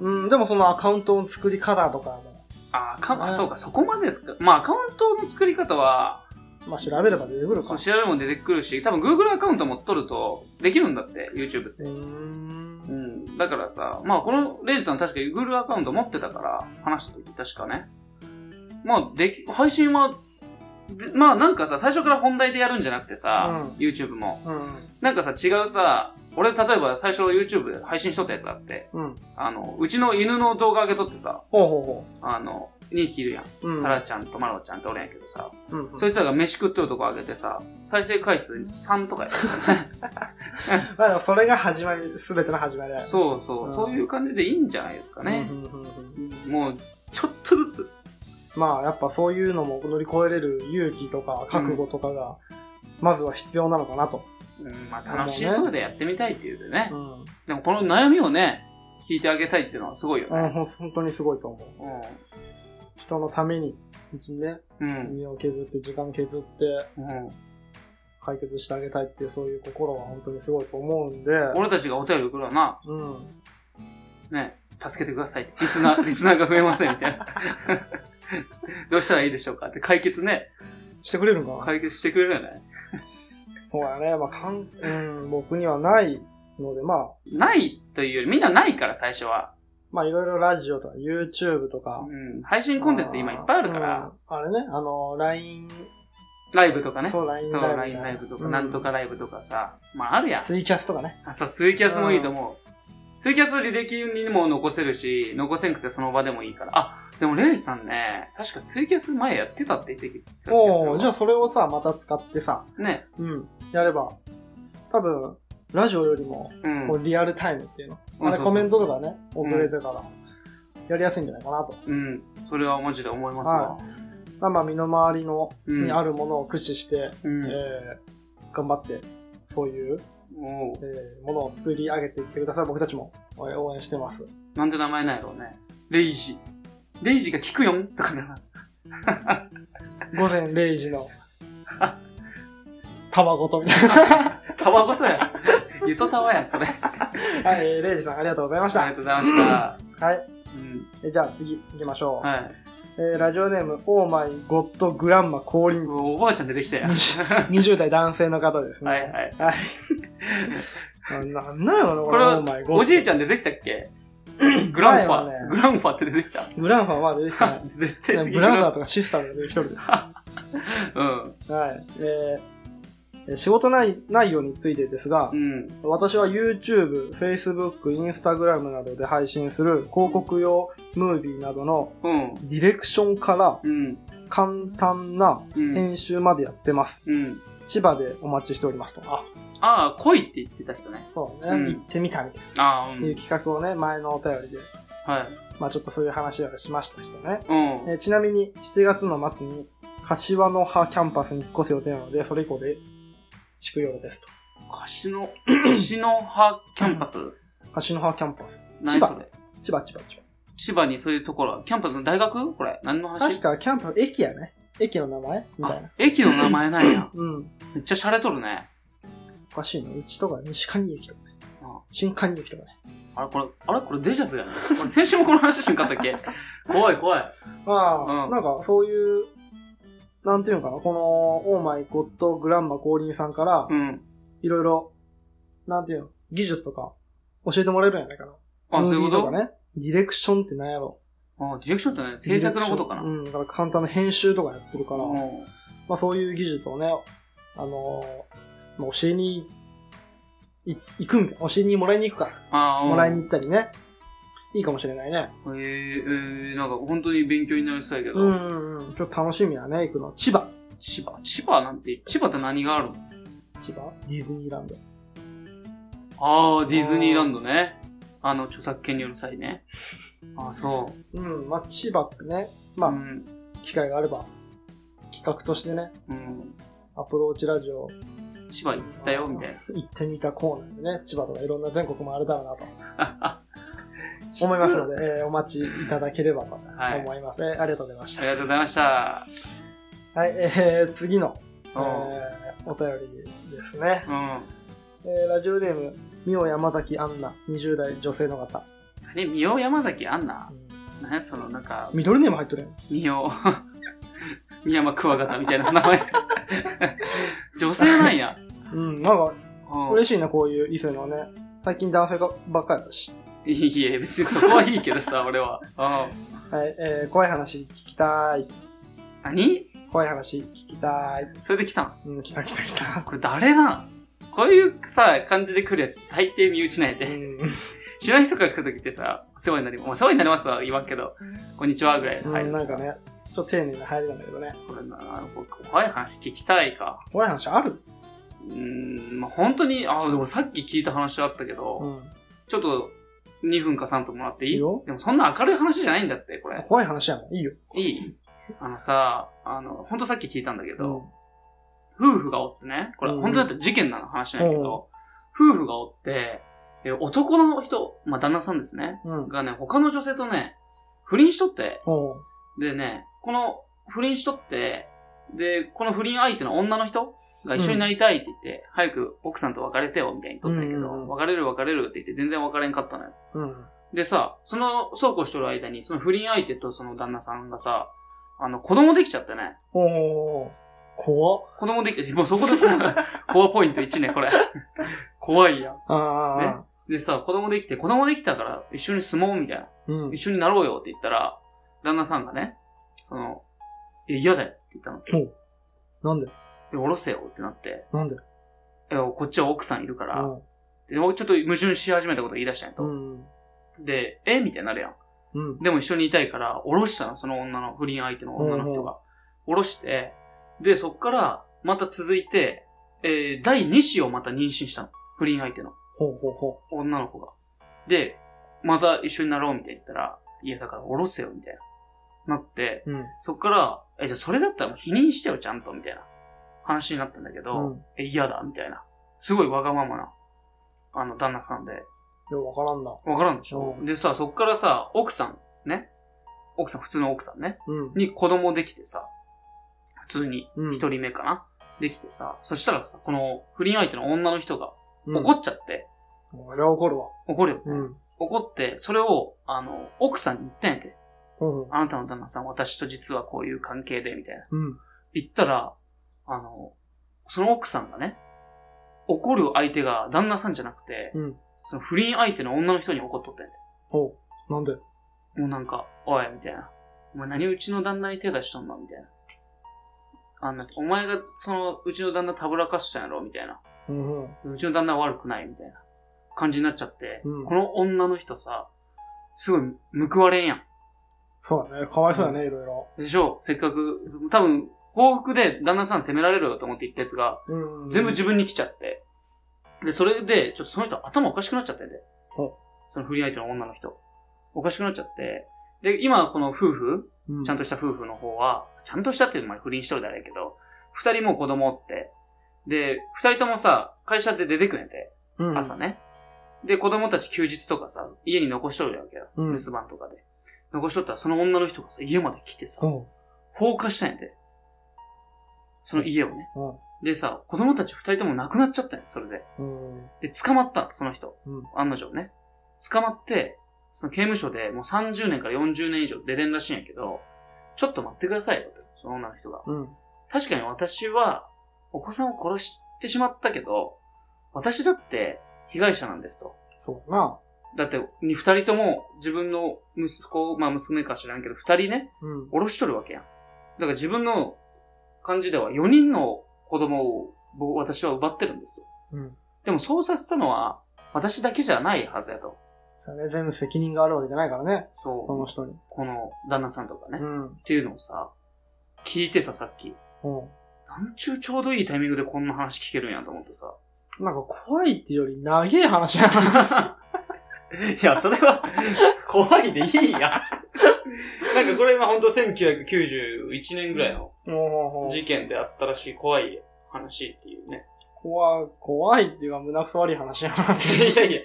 Speaker 2: うん、うんでもそのアカウントの作り方とかも、
Speaker 1: あーか、
Speaker 2: ね
Speaker 1: そうか、そこまでですか。まあアカウントの作り方は、
Speaker 2: まあ調べれば出てくる
Speaker 1: そ
Speaker 2: か
Speaker 1: の。調べも出てくるし、多分 Google アカウントも取るとできるんだって、YouTube って。
Speaker 2: うーん
Speaker 1: う。ん。だからさ、まあこのレイジさん確か Google アカウント持ってたから、話した時確かね。まあでき、配信は、でまあなんかさ、最初から本題でやるんじゃなくてさ、
Speaker 2: う
Speaker 1: YouTube も。
Speaker 2: うん。
Speaker 1: なんかさ、違うさ、俺例えば最初 YouTube で配信しとったやつがあって、
Speaker 2: うん。
Speaker 1: あの、うちの犬の動画上げとってさ、
Speaker 2: ほうほ
Speaker 1: あの、2匹いるやん。
Speaker 2: うほう。うん。
Speaker 1: サラちゃんとマロちゃんっておるんやけどさ、
Speaker 2: うんうん
Speaker 1: そいつらが飯食ってるとこ上げてさ、再生回数3とかやった
Speaker 2: まあでもそれが始まり、すべての始まりだよね。
Speaker 1: そうそうう、
Speaker 2: ん
Speaker 1: そういう感じでいいんじゃないですかね
Speaker 2: う。んうんうんうん
Speaker 1: もう、ちょっとずつ。
Speaker 2: まあやっぱそういうのも乗り越えれる勇気とか覚悟とかが、まずは必要なのかなと。
Speaker 1: うん、まあ、楽しそうでやってみたいっていうでね
Speaker 2: う。ん。
Speaker 1: でも、この悩みをね、聞いてあげたいっていうのはすごいよ
Speaker 2: うん、
Speaker 1: ね。
Speaker 2: ほん本当にすごいと思う。人のために、ね、
Speaker 1: うん。うん。
Speaker 2: 身を削って、時間削って、
Speaker 1: うん、
Speaker 2: 解決してあげたいっていう、そういう心は本当にすごいと思うんで、
Speaker 1: 俺たちがお便り送るわな、
Speaker 2: うん。
Speaker 1: ね、助けてください。リスナー、 リスナーが増えません、みたいな。 どうしたらいいでしょうかって解決ね、
Speaker 2: してくれるのかな
Speaker 1: 解決してくれるよね。
Speaker 2: そうやね。まあ、かん、うん、僕にはないので、まあ、
Speaker 1: ないというより、みんなないから、最初は。
Speaker 2: まあいろいろラジオとか YouTube とか、
Speaker 1: うん。配信コンテンツ今いっぱいあるから、
Speaker 2: うん。あれね、あの、LINE、
Speaker 1: ライブとかね。
Speaker 2: そう、LINE
Speaker 1: そう、ラインライブとか、なんとかライブとかさ、まああるやん。
Speaker 2: ツイキャスとかね。
Speaker 1: あ、そう、ツイキャスもいいと思う。ツイキャス履歴にも残せるし、残せんくてその場でもいいから。あ、でもレイジさんね、確かツイキャス前やってたって言ってきた気がする
Speaker 2: お
Speaker 1: わ
Speaker 2: おじゃあそれをさ、また使ってさ、
Speaker 1: ね。
Speaker 2: うん、やれば、多分、ラジオよりも、
Speaker 1: うん。
Speaker 2: こう、リアルタイムっていうの。
Speaker 1: うん
Speaker 2: あれ、
Speaker 1: そう
Speaker 2: コメントとかね、遅れてから、やりやすいんじゃないかなと。
Speaker 1: うん。それはマジで思いますわ。
Speaker 2: まあまあ、身の回りの、
Speaker 1: うん
Speaker 2: にあるものを駆使して、
Speaker 1: うん。
Speaker 2: えー頑張って、そういう、
Speaker 1: おう
Speaker 2: えーものを作り上げていってください。僕たちもえー応援してます。
Speaker 1: なんで名前ないろうね。レイジ。レイジが聞くよ んとかな。
Speaker 2: 午前0時の、 たまごとみたい
Speaker 1: たわごとや。ゆとたわやん、それ。あ
Speaker 2: な。 はい、えー、0時さんありがとうございまし
Speaker 1: りがと
Speaker 2: た。
Speaker 1: うございました。
Speaker 2: はい、
Speaker 1: うん。
Speaker 2: えーじゃあ次行きましょう。
Speaker 1: はい。
Speaker 2: えーラジオネーム、オーマイゴッドグランマ降臨
Speaker 1: う。わおばあちゃん出てきたやん。
Speaker 2: 20代男性の方ですね。
Speaker 1: はいはい。
Speaker 2: はい。ななんなんやろな、
Speaker 1: これは
Speaker 2: オーマイゴッド
Speaker 1: おじいちゃん出てきたっけグランファ
Speaker 2: 前はね
Speaker 1: ー。グランファーって出てきた。
Speaker 2: グランファンは出てきて ない。
Speaker 1: 絶対次
Speaker 2: ブラザーとかシスターが出てきとる。
Speaker 1: うん。
Speaker 2: はい。えーえー仕事内内容についてですが
Speaker 1: う、ん。
Speaker 2: 私は YouTube、Facebook、Instagram などで配信する広告用ムービーなどの
Speaker 1: うん。
Speaker 2: ディレクションから
Speaker 1: うん。
Speaker 2: 簡単な
Speaker 1: うん。
Speaker 2: 編集までやってます。
Speaker 1: うん。
Speaker 2: 千葉でお待ちしておりますと。あ、
Speaker 1: ああ、恋って言ってた人ね。
Speaker 2: そうだね。
Speaker 1: うん
Speaker 2: 行ってみたみたい
Speaker 1: ああ、う。
Speaker 2: な。いうん企画をね、前のお便りで、
Speaker 1: はい。
Speaker 2: まあちょっとそういう話をしましたけどね。
Speaker 1: うん。
Speaker 2: えーちなみに7月の末に柏の葉キャンパスに引っ越す予定なので、それ以降で敷くようですと。
Speaker 1: カシ ノ、カシノハキャンパス
Speaker 2: 柏の葉キャンパス。
Speaker 1: 何
Speaker 2: 千
Speaker 1: そ
Speaker 2: 葉。
Speaker 1: れ
Speaker 2: 千葉、千葉、千葉。
Speaker 1: 千葉にそういうところ。キャンパスの大学これ。何の
Speaker 2: 確
Speaker 1: 話
Speaker 2: かキャンパス、駅やね。駅の名前みたい
Speaker 1: あ
Speaker 2: な。、
Speaker 1: 駅の名前ないな。
Speaker 2: うん。
Speaker 1: めっちゃ洒落とるね。
Speaker 2: おかしいな。うちとか西蟹駅とかね
Speaker 1: あ。
Speaker 2: 新蟹駅とかね。
Speaker 1: あれこれ、あれこれデジャブやね。これ先週もこの話しんかったっ け怖い怖い。
Speaker 2: まあ、
Speaker 1: うん
Speaker 2: なんかそういう、なんていうのかな、この、オーマイゴッドグランマ降臨さんから
Speaker 1: う、ん。
Speaker 2: いろいろ、なんていうの、技術とか、教えてもらえるんやないかな。
Speaker 1: あ、そういうこ
Speaker 2: ムービー
Speaker 1: と
Speaker 2: かね。ディレクションってなんやろ。
Speaker 1: あ、ディレクションってね、制作のことかな。
Speaker 2: うん、だから簡単な編集とかやってるから、ま
Speaker 1: うん
Speaker 2: あそういう技術をね、あのーまあ、教えに、い行くみたいな。教えにもらいに行くか。
Speaker 1: ああ、うん
Speaker 2: もらいに行ったりね。いいかもしれないね。
Speaker 1: えー、えー、なんか本当に勉強になりそうやけど。
Speaker 2: うんうんうん。ちょっと楽しみやね、行くの。千葉。
Speaker 1: 千葉千葉なんて、千葉って何があるの
Speaker 2: 千葉ディズニーランド。
Speaker 1: ああ、ディズニーランドね。あの、著作権による際ね。ああ、そう。
Speaker 2: うん、まあ、千葉ってね、まあ、
Speaker 1: うん。
Speaker 2: 機会があれば、企画としてね、
Speaker 1: うん。
Speaker 2: アプローチラジオ
Speaker 1: 千葉行ったよ、みたいな。
Speaker 2: 行ってみたコーナーでね、千葉とかいろんな全国回れたらなと思いますので、えーお待ちいただければと
Speaker 1: はい
Speaker 2: 思います、えーありがとうございまし
Speaker 1: ありがとうございました。
Speaker 2: た。はい、えー、次の、え
Speaker 1: うん。
Speaker 2: ーお便りですね。
Speaker 1: うん。
Speaker 2: えーラジオネーム、みお山崎アンナ、20代女性の方。
Speaker 1: 何みお山崎あんな
Speaker 2: うん
Speaker 1: 何その、なんか、
Speaker 2: ミドルネーム入っとるやん。
Speaker 1: み お、みやまクワガタみたいな名前。 女性なんや。
Speaker 2: うん、なんか、
Speaker 1: うん。
Speaker 2: 嬉しいな、こういう異性のね。最近男性がばっかりだし。
Speaker 1: いいえ、別にそこはいいけどさ、俺は。うん。
Speaker 2: はい、えー、怖い話聞きたい。
Speaker 1: 何
Speaker 2: 怖い話聞きたい。
Speaker 1: それで来たん
Speaker 2: うん、来た来た来た。
Speaker 1: これ誰なんこういうさ、感じで来るやつって大抵身内ないうで。
Speaker 2: ん、
Speaker 1: 知らん人から来るときってさ、お世話になります。お世話になりますは言わんけど、こんにちはぐらいで
Speaker 2: う
Speaker 1: 入
Speaker 2: ん
Speaker 1: る。
Speaker 2: なんかね、ちょっと丁寧な入りなんだけどね。
Speaker 1: これな、僕怖い話聞きたいか。
Speaker 2: 怖い話ある
Speaker 1: うーん、まあ、本当に、あ、でもさっき聞いた話あったけど、
Speaker 2: うん。
Speaker 1: ちょっと2分か3分もらっていい
Speaker 2: いいよ
Speaker 1: でもそんな明るい話じゃないんだって、これ。
Speaker 2: 怖い話やもん。いいよ。
Speaker 1: いいあのさ、あの、ほんとさっき聞いたんだけ
Speaker 2: うん
Speaker 1: ど、夫婦がおってね、これ
Speaker 2: うん
Speaker 1: 本当だったら事件なの話なんだけど、夫婦がおって、え男の人、まあ、旦那さんですね、
Speaker 2: うん。
Speaker 1: がね、他の女性とね、不倫しとって、
Speaker 2: おう
Speaker 1: でね、この不倫しとって、で、この不倫相手の女の人が一緒になりたいって言って、早く奥さんと別れてよみたいに言っとったんやけど、
Speaker 2: うんうんうん
Speaker 1: 別れる別れるって言って全然別れんかったのよ。
Speaker 2: うん。
Speaker 1: でさ、その、そうこうしてる間に、その不倫相手とその旦那さんがさ、あの、子供できちゃってね。
Speaker 2: おう怖っ。
Speaker 1: 子供できて、もうそこで、 コアポイント1ね、これ。怖いやん。
Speaker 2: ああ、
Speaker 1: でさ、子供できて、子供できたから一緒に住もうみたいな。
Speaker 2: うん
Speaker 1: 一。緒になろうよって言ったら、旦那さんがね、その、いや、嫌だよって言ったの。
Speaker 2: なんで
Speaker 1: で、おろせよってなって、
Speaker 2: なんで
Speaker 1: いやこっちは奥さんいるから、
Speaker 2: う
Speaker 1: でおちょっと矛盾し始めたこと言い出したんやと。
Speaker 2: ん。うん。
Speaker 1: で、えみたいになるやん。
Speaker 2: うん。
Speaker 1: でも一緒にいたいから、降ろしたの、その女の、不倫相手の女の人
Speaker 2: うんう
Speaker 1: が。降ろして、で、そっから、また続いて、えー第2子をまた妊娠したの。不倫相手の
Speaker 2: ほうほうほ
Speaker 1: 女の子が。で、また一緒になろうみたいに言ったら、いや、だから降ろせよ、みたいな。なって、
Speaker 2: う。うん。
Speaker 1: そっから、え、じゃあそれだったらもう否認してよ、ちゃんと、みたいな話になったんだけど、
Speaker 2: うん
Speaker 1: え、嫌だ、みたいな。すごいわがままな、あの、旦那さんで。
Speaker 2: ようわからんな。
Speaker 1: わからんでしょ、
Speaker 2: う
Speaker 1: でさ、そっからさ、奥さん、ね。奥さん、普通の奥さんね。
Speaker 2: うん。
Speaker 1: に子供できてさ、普通に
Speaker 2: う、ん
Speaker 1: 一人目かな、できてさ、そしたらさ、この不倫相手の女の人が
Speaker 2: うん
Speaker 1: 怒っちゃって、
Speaker 2: 俺は怒るわ。
Speaker 1: 怒るよね、
Speaker 2: うん。
Speaker 1: 怒って、それを、あの、奥さんに言ったんやて。
Speaker 2: うん。
Speaker 1: あなたの旦那さん、私と実はこういう関係で、みたいな。
Speaker 2: うん。
Speaker 1: 言ったら、あの、その奥さんがね、怒る相手が旦那さんじゃなくて、
Speaker 2: うん。
Speaker 1: その不倫相手の女の人に怒っとったんや
Speaker 2: ほう。なんで
Speaker 1: て。もうなんか、おい、みたいな。お前何うちの旦那に手出しとんのみたいな。あんな、お前がその、うちの旦那たぶらかしたんやろみたいな。
Speaker 2: うんうん。
Speaker 1: うちの旦那は悪くないみたいな感じになっちゃって、
Speaker 2: うん
Speaker 1: この女の人さ、すごい報われんやん。
Speaker 2: そうだね。かわいそうだね、いろいろ。
Speaker 1: でしょせっかく、多分、報復で旦那さん責められるよと思って言ったやつが、
Speaker 2: うん。
Speaker 1: 全部自分に来ちゃって。で、それで、ちょっとその人頭おかしくなっちゃってんで
Speaker 2: ほう。
Speaker 1: その不倫相手の女の人。おかしくなっちゃって。で、今、この夫婦、
Speaker 2: 分
Speaker 1: ちゃんとした夫婦の方は、ちゃんとしたっていうのは不倫しとるだけど、二人もう子供おって。で、二人ともさ、会社で出てくんやて、
Speaker 2: と
Speaker 1: 朝。ね。で、子供たち休日とかさ、家に残しとるわけよ。
Speaker 2: うん
Speaker 1: 留守番とかで。残しとったら、その女の人がさ、家まで来てさ、
Speaker 2: ほ
Speaker 1: 放火したんやて。その家をね。
Speaker 2: う。うん。
Speaker 1: でさ、子供たち二人とも亡くなっちゃったんよ、それで。
Speaker 2: うん。
Speaker 1: で、捕まったの、その人。
Speaker 2: うん
Speaker 1: 案の定ね。捕まって、その刑務所でもう30年から40年以上出てんらしいんやけど、ちょっと待ってくださいよ、とその女の人が。
Speaker 2: うん。
Speaker 1: 確かに私は、お子さんを殺してしまったけど、私だって被害者なんですと。
Speaker 2: そうだな。
Speaker 1: だって、に二人とも自分の息子、まあ娘か知らんけど、二人ね、
Speaker 2: うん。
Speaker 1: おろしとるわけやん。だから自分の感じでは4人の子供を僕私は奪ってるんですよ。
Speaker 2: うん。
Speaker 1: でもそうさせたのは私だけじゃないはずやと。
Speaker 2: それ全部責任があるわけじゃないからね。
Speaker 1: そ
Speaker 2: この
Speaker 1: う。
Speaker 2: 人に。
Speaker 1: この旦那さんとかね。
Speaker 2: う
Speaker 1: っ
Speaker 2: ん。
Speaker 1: ていうのをさ、聞いてさ、さっき。
Speaker 2: うん。
Speaker 1: なんちゅうちょうどいいタイミングでこんな話聞けるんやと思ってさ。
Speaker 2: なんか怖いっていうより長え話やな。
Speaker 1: いや、それは、怖いでいいや。なんかこれ今ほんと1991年ぐらいの
Speaker 2: もう、
Speaker 1: 事件であったらしい怖い話っていうね。
Speaker 2: 怖、怖いっていうか胸くそ悪い話やなって。
Speaker 1: いやいや、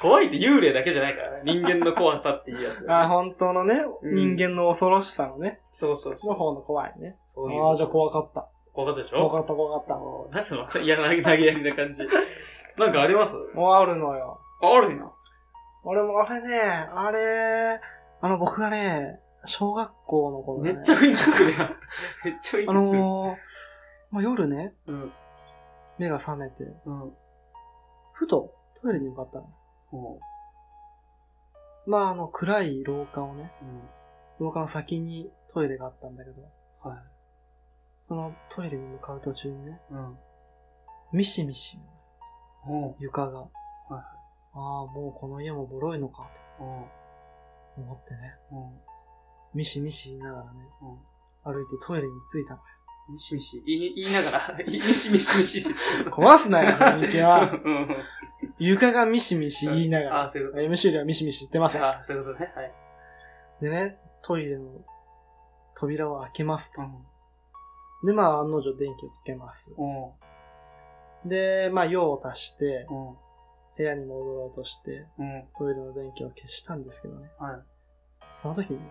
Speaker 1: 怖いって幽霊だけじゃないからね。人間の怖さっていうやつ、
Speaker 2: あ本当のね、
Speaker 1: うん
Speaker 2: 人間の恐ろしさのね、
Speaker 1: そうそうそう。
Speaker 2: の方の怖いね。
Speaker 1: そういう
Speaker 2: ああ、じゃあ怖かった。
Speaker 1: 怖かったでしょ
Speaker 2: 怖かった怖かった。も
Speaker 1: 何すんのいや、投げ投げやりな感じ。なんかあります
Speaker 2: うあるのよ。
Speaker 1: あるんや。
Speaker 2: 俺もあれね、あれ、あの僕がね、小学校の頃
Speaker 1: め
Speaker 2: ね。
Speaker 1: っちゃ雰囲気作るやん。めっちゃ雰囲気作る。
Speaker 2: あのー、まあ、夜ね、
Speaker 1: うん。
Speaker 2: 目が覚めて、
Speaker 1: うん。
Speaker 2: ふとトイレに向かったの。
Speaker 1: も
Speaker 2: まあ、あの、暗い廊下をね、
Speaker 1: う、うん。
Speaker 2: 廊下の先にトイレがあったんだけど、
Speaker 1: はい。
Speaker 2: そのトイレに向かう途中にね、
Speaker 1: うん。
Speaker 2: ミシミシ、
Speaker 1: おう
Speaker 2: 床が。
Speaker 1: いはい
Speaker 2: ああ、もうこの家もボロいのか、
Speaker 1: おう
Speaker 2: と思ってね、
Speaker 1: おう
Speaker 2: ミシミシ言いながらね、
Speaker 1: おう
Speaker 2: 歩いてトイレに着いたのよ。
Speaker 1: ミシミシ、言い言いながら、いミシミシミシって言ってた。
Speaker 2: 壊すな よ、雰囲気は。
Speaker 1: うんうんうん
Speaker 2: 床がミシミシ言いな
Speaker 1: あ
Speaker 2: がら。
Speaker 1: あ、そういうこ
Speaker 2: MC ではミシミシ言ってませ
Speaker 1: と。
Speaker 2: ん。
Speaker 1: ああ、そういうことね。はい。
Speaker 2: でね、トイレの扉を開けますと
Speaker 1: う。ん。
Speaker 2: で、まあ案の定電気をつけます。
Speaker 1: おう
Speaker 2: で、まあ用を足して、
Speaker 1: おう
Speaker 2: 部屋に戻ろうとして、
Speaker 1: うん。
Speaker 2: トイレの電気を消したんですけどね。
Speaker 1: はい。
Speaker 2: その時にね、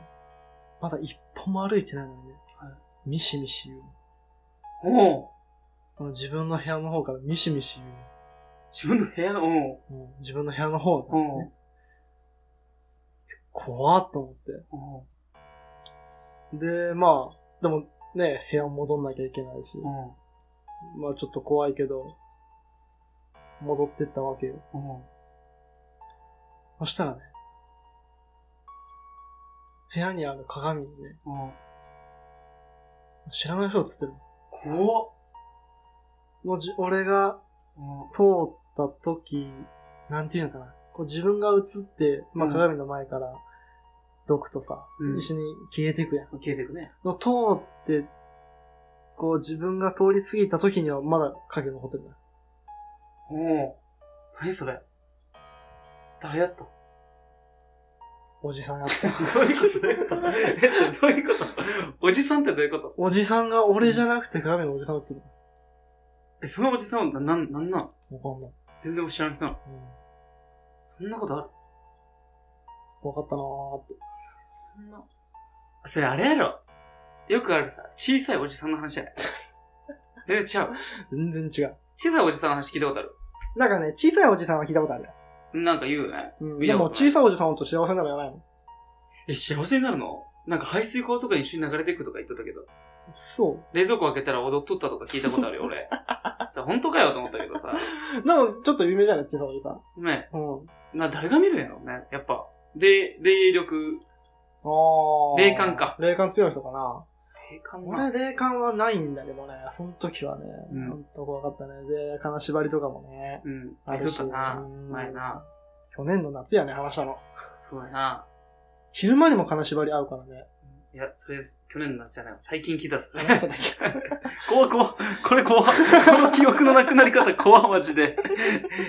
Speaker 2: まだ一歩も歩いてないのにね、
Speaker 1: はい
Speaker 2: ミシミシ言う。
Speaker 1: おう
Speaker 2: この自分の部屋の方からミシミシ言う。
Speaker 1: 自分の部屋の、おう
Speaker 2: もう自分の部屋の方が
Speaker 1: おう
Speaker 2: ね、怖っと思っ
Speaker 1: おう
Speaker 2: て。で、まあ、でもね、部屋戻んなきゃいけないし、
Speaker 1: おう
Speaker 2: まあちょっと怖いけど、戻ってったわけよ。
Speaker 1: おう
Speaker 2: そしたらね、部屋にある鏡にね、
Speaker 1: おう
Speaker 2: 知らない人映ってる
Speaker 1: 怖っ
Speaker 2: もうじ俺が
Speaker 1: うん
Speaker 2: 通った時、なんていうのかな。こう自分が映って、まあ
Speaker 1: うん
Speaker 2: 鏡の前から、毒とさ、
Speaker 1: うん
Speaker 2: 一緒に消えていくやん。
Speaker 1: 消えていくね。
Speaker 2: の通って、こう自分が通り過ぎた時にはまだ影残ってるんだよ。
Speaker 1: おお何それ誰やった
Speaker 2: おじさんが あった。
Speaker 1: どういうことどういうことえ、それどういうことおじさんってどういうこと
Speaker 2: おじさんが俺じゃなくて鏡のおじさんが映る。
Speaker 1: え、そのおじさんは、な、なんなんなん
Speaker 2: わかんない。
Speaker 1: 全然知らん人なの
Speaker 2: うん。
Speaker 1: そんなことある
Speaker 2: 怖かったなーって。
Speaker 1: そんな。それあれやろよくあるさ、小さいおじさんの話やね。全然違う。
Speaker 2: 全然違う。
Speaker 1: 小さいおじさんの話聞いたことある
Speaker 2: なんかね、小さいおじさんは聞いたことあるよ。
Speaker 1: なんか言うよね。
Speaker 2: うん。
Speaker 1: い
Speaker 2: で
Speaker 1: や
Speaker 2: も小さいおじさんと幸せになるやないの
Speaker 1: え、幸せになるのなんか排水溝とかに一緒に流れていくとか言っとったけど、
Speaker 2: そう。
Speaker 1: 冷蔵庫開けたら踊っとったとか聞いたことあるよ、 俺。さ、本当かよと思ったけどさ。
Speaker 2: なんかちょっと有名じゃない小さいおじさん。
Speaker 1: ね、
Speaker 2: うん。
Speaker 1: な、誰が見るんやろうね。やっぱ、霊、霊力、
Speaker 2: ああ。
Speaker 1: 霊感か。
Speaker 2: 霊感強い人かな。
Speaker 1: 霊感な。
Speaker 2: 俺、霊感はないんだけどね、その時はね、
Speaker 1: うん
Speaker 2: ほんと怖かったね。で、金縛りとかもね、
Speaker 1: うん。あ
Speaker 2: あ
Speaker 1: れと
Speaker 2: る
Speaker 1: っ
Speaker 2: した
Speaker 1: な
Speaker 2: う。ん
Speaker 1: 前な。
Speaker 2: 去年の夏やね、話したの。
Speaker 1: そうやな。
Speaker 2: 昼間にも金縛り合うから ね。
Speaker 1: いや、それ、去年の夏じゃないわ最近聞いたっ す。
Speaker 2: 話しただけ
Speaker 1: 怖怖っこれ怖っこの記憶のなくなり方怖っマジ で。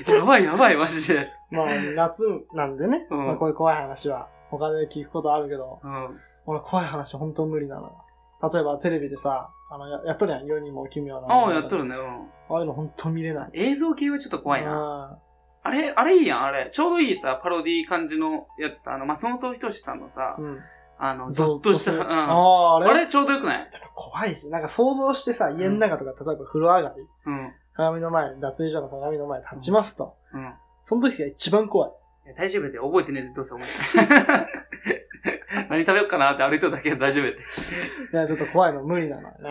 Speaker 1: やばいやばい、マジで。
Speaker 2: まあ、夏なんでね、
Speaker 1: うん
Speaker 2: まあ、こういう怖い話は他で聞くことあるけど、
Speaker 1: うん。
Speaker 2: 俺怖い話本当無理なのよ。例えばテレビでさ、あの、ややっとるやん、世にも奇妙な。
Speaker 1: ああ、やっと。るね。うん。
Speaker 2: ああいうの本当見れない。
Speaker 1: 映像系はちょっと怖いな。
Speaker 2: な。
Speaker 1: あれ、あれいいやん、あれ。ちょうどいいさ、パロディ感じのやつさ、あの、松本人志さんのさ
Speaker 2: う、ん。
Speaker 1: あの、ゾッとした、うん。
Speaker 2: あ
Speaker 1: あ
Speaker 2: あ、あれ
Speaker 1: れちょうどよくない
Speaker 2: だって怖いし、なんか想像してさ、家の中とか、例えば風呂上がり、
Speaker 1: うん。
Speaker 2: 鏡の前、脱衣所の鏡の前に立ちますと。
Speaker 1: うん。
Speaker 2: その時が一番怖い。
Speaker 1: いや大丈夫やで、覚えてねえで、どうせ思えない。 何食べようかなって歩いとるだけで大丈夫やで。
Speaker 2: いや、ちょっと怖いの無理なのよ
Speaker 1: はい。
Speaker 2: ね。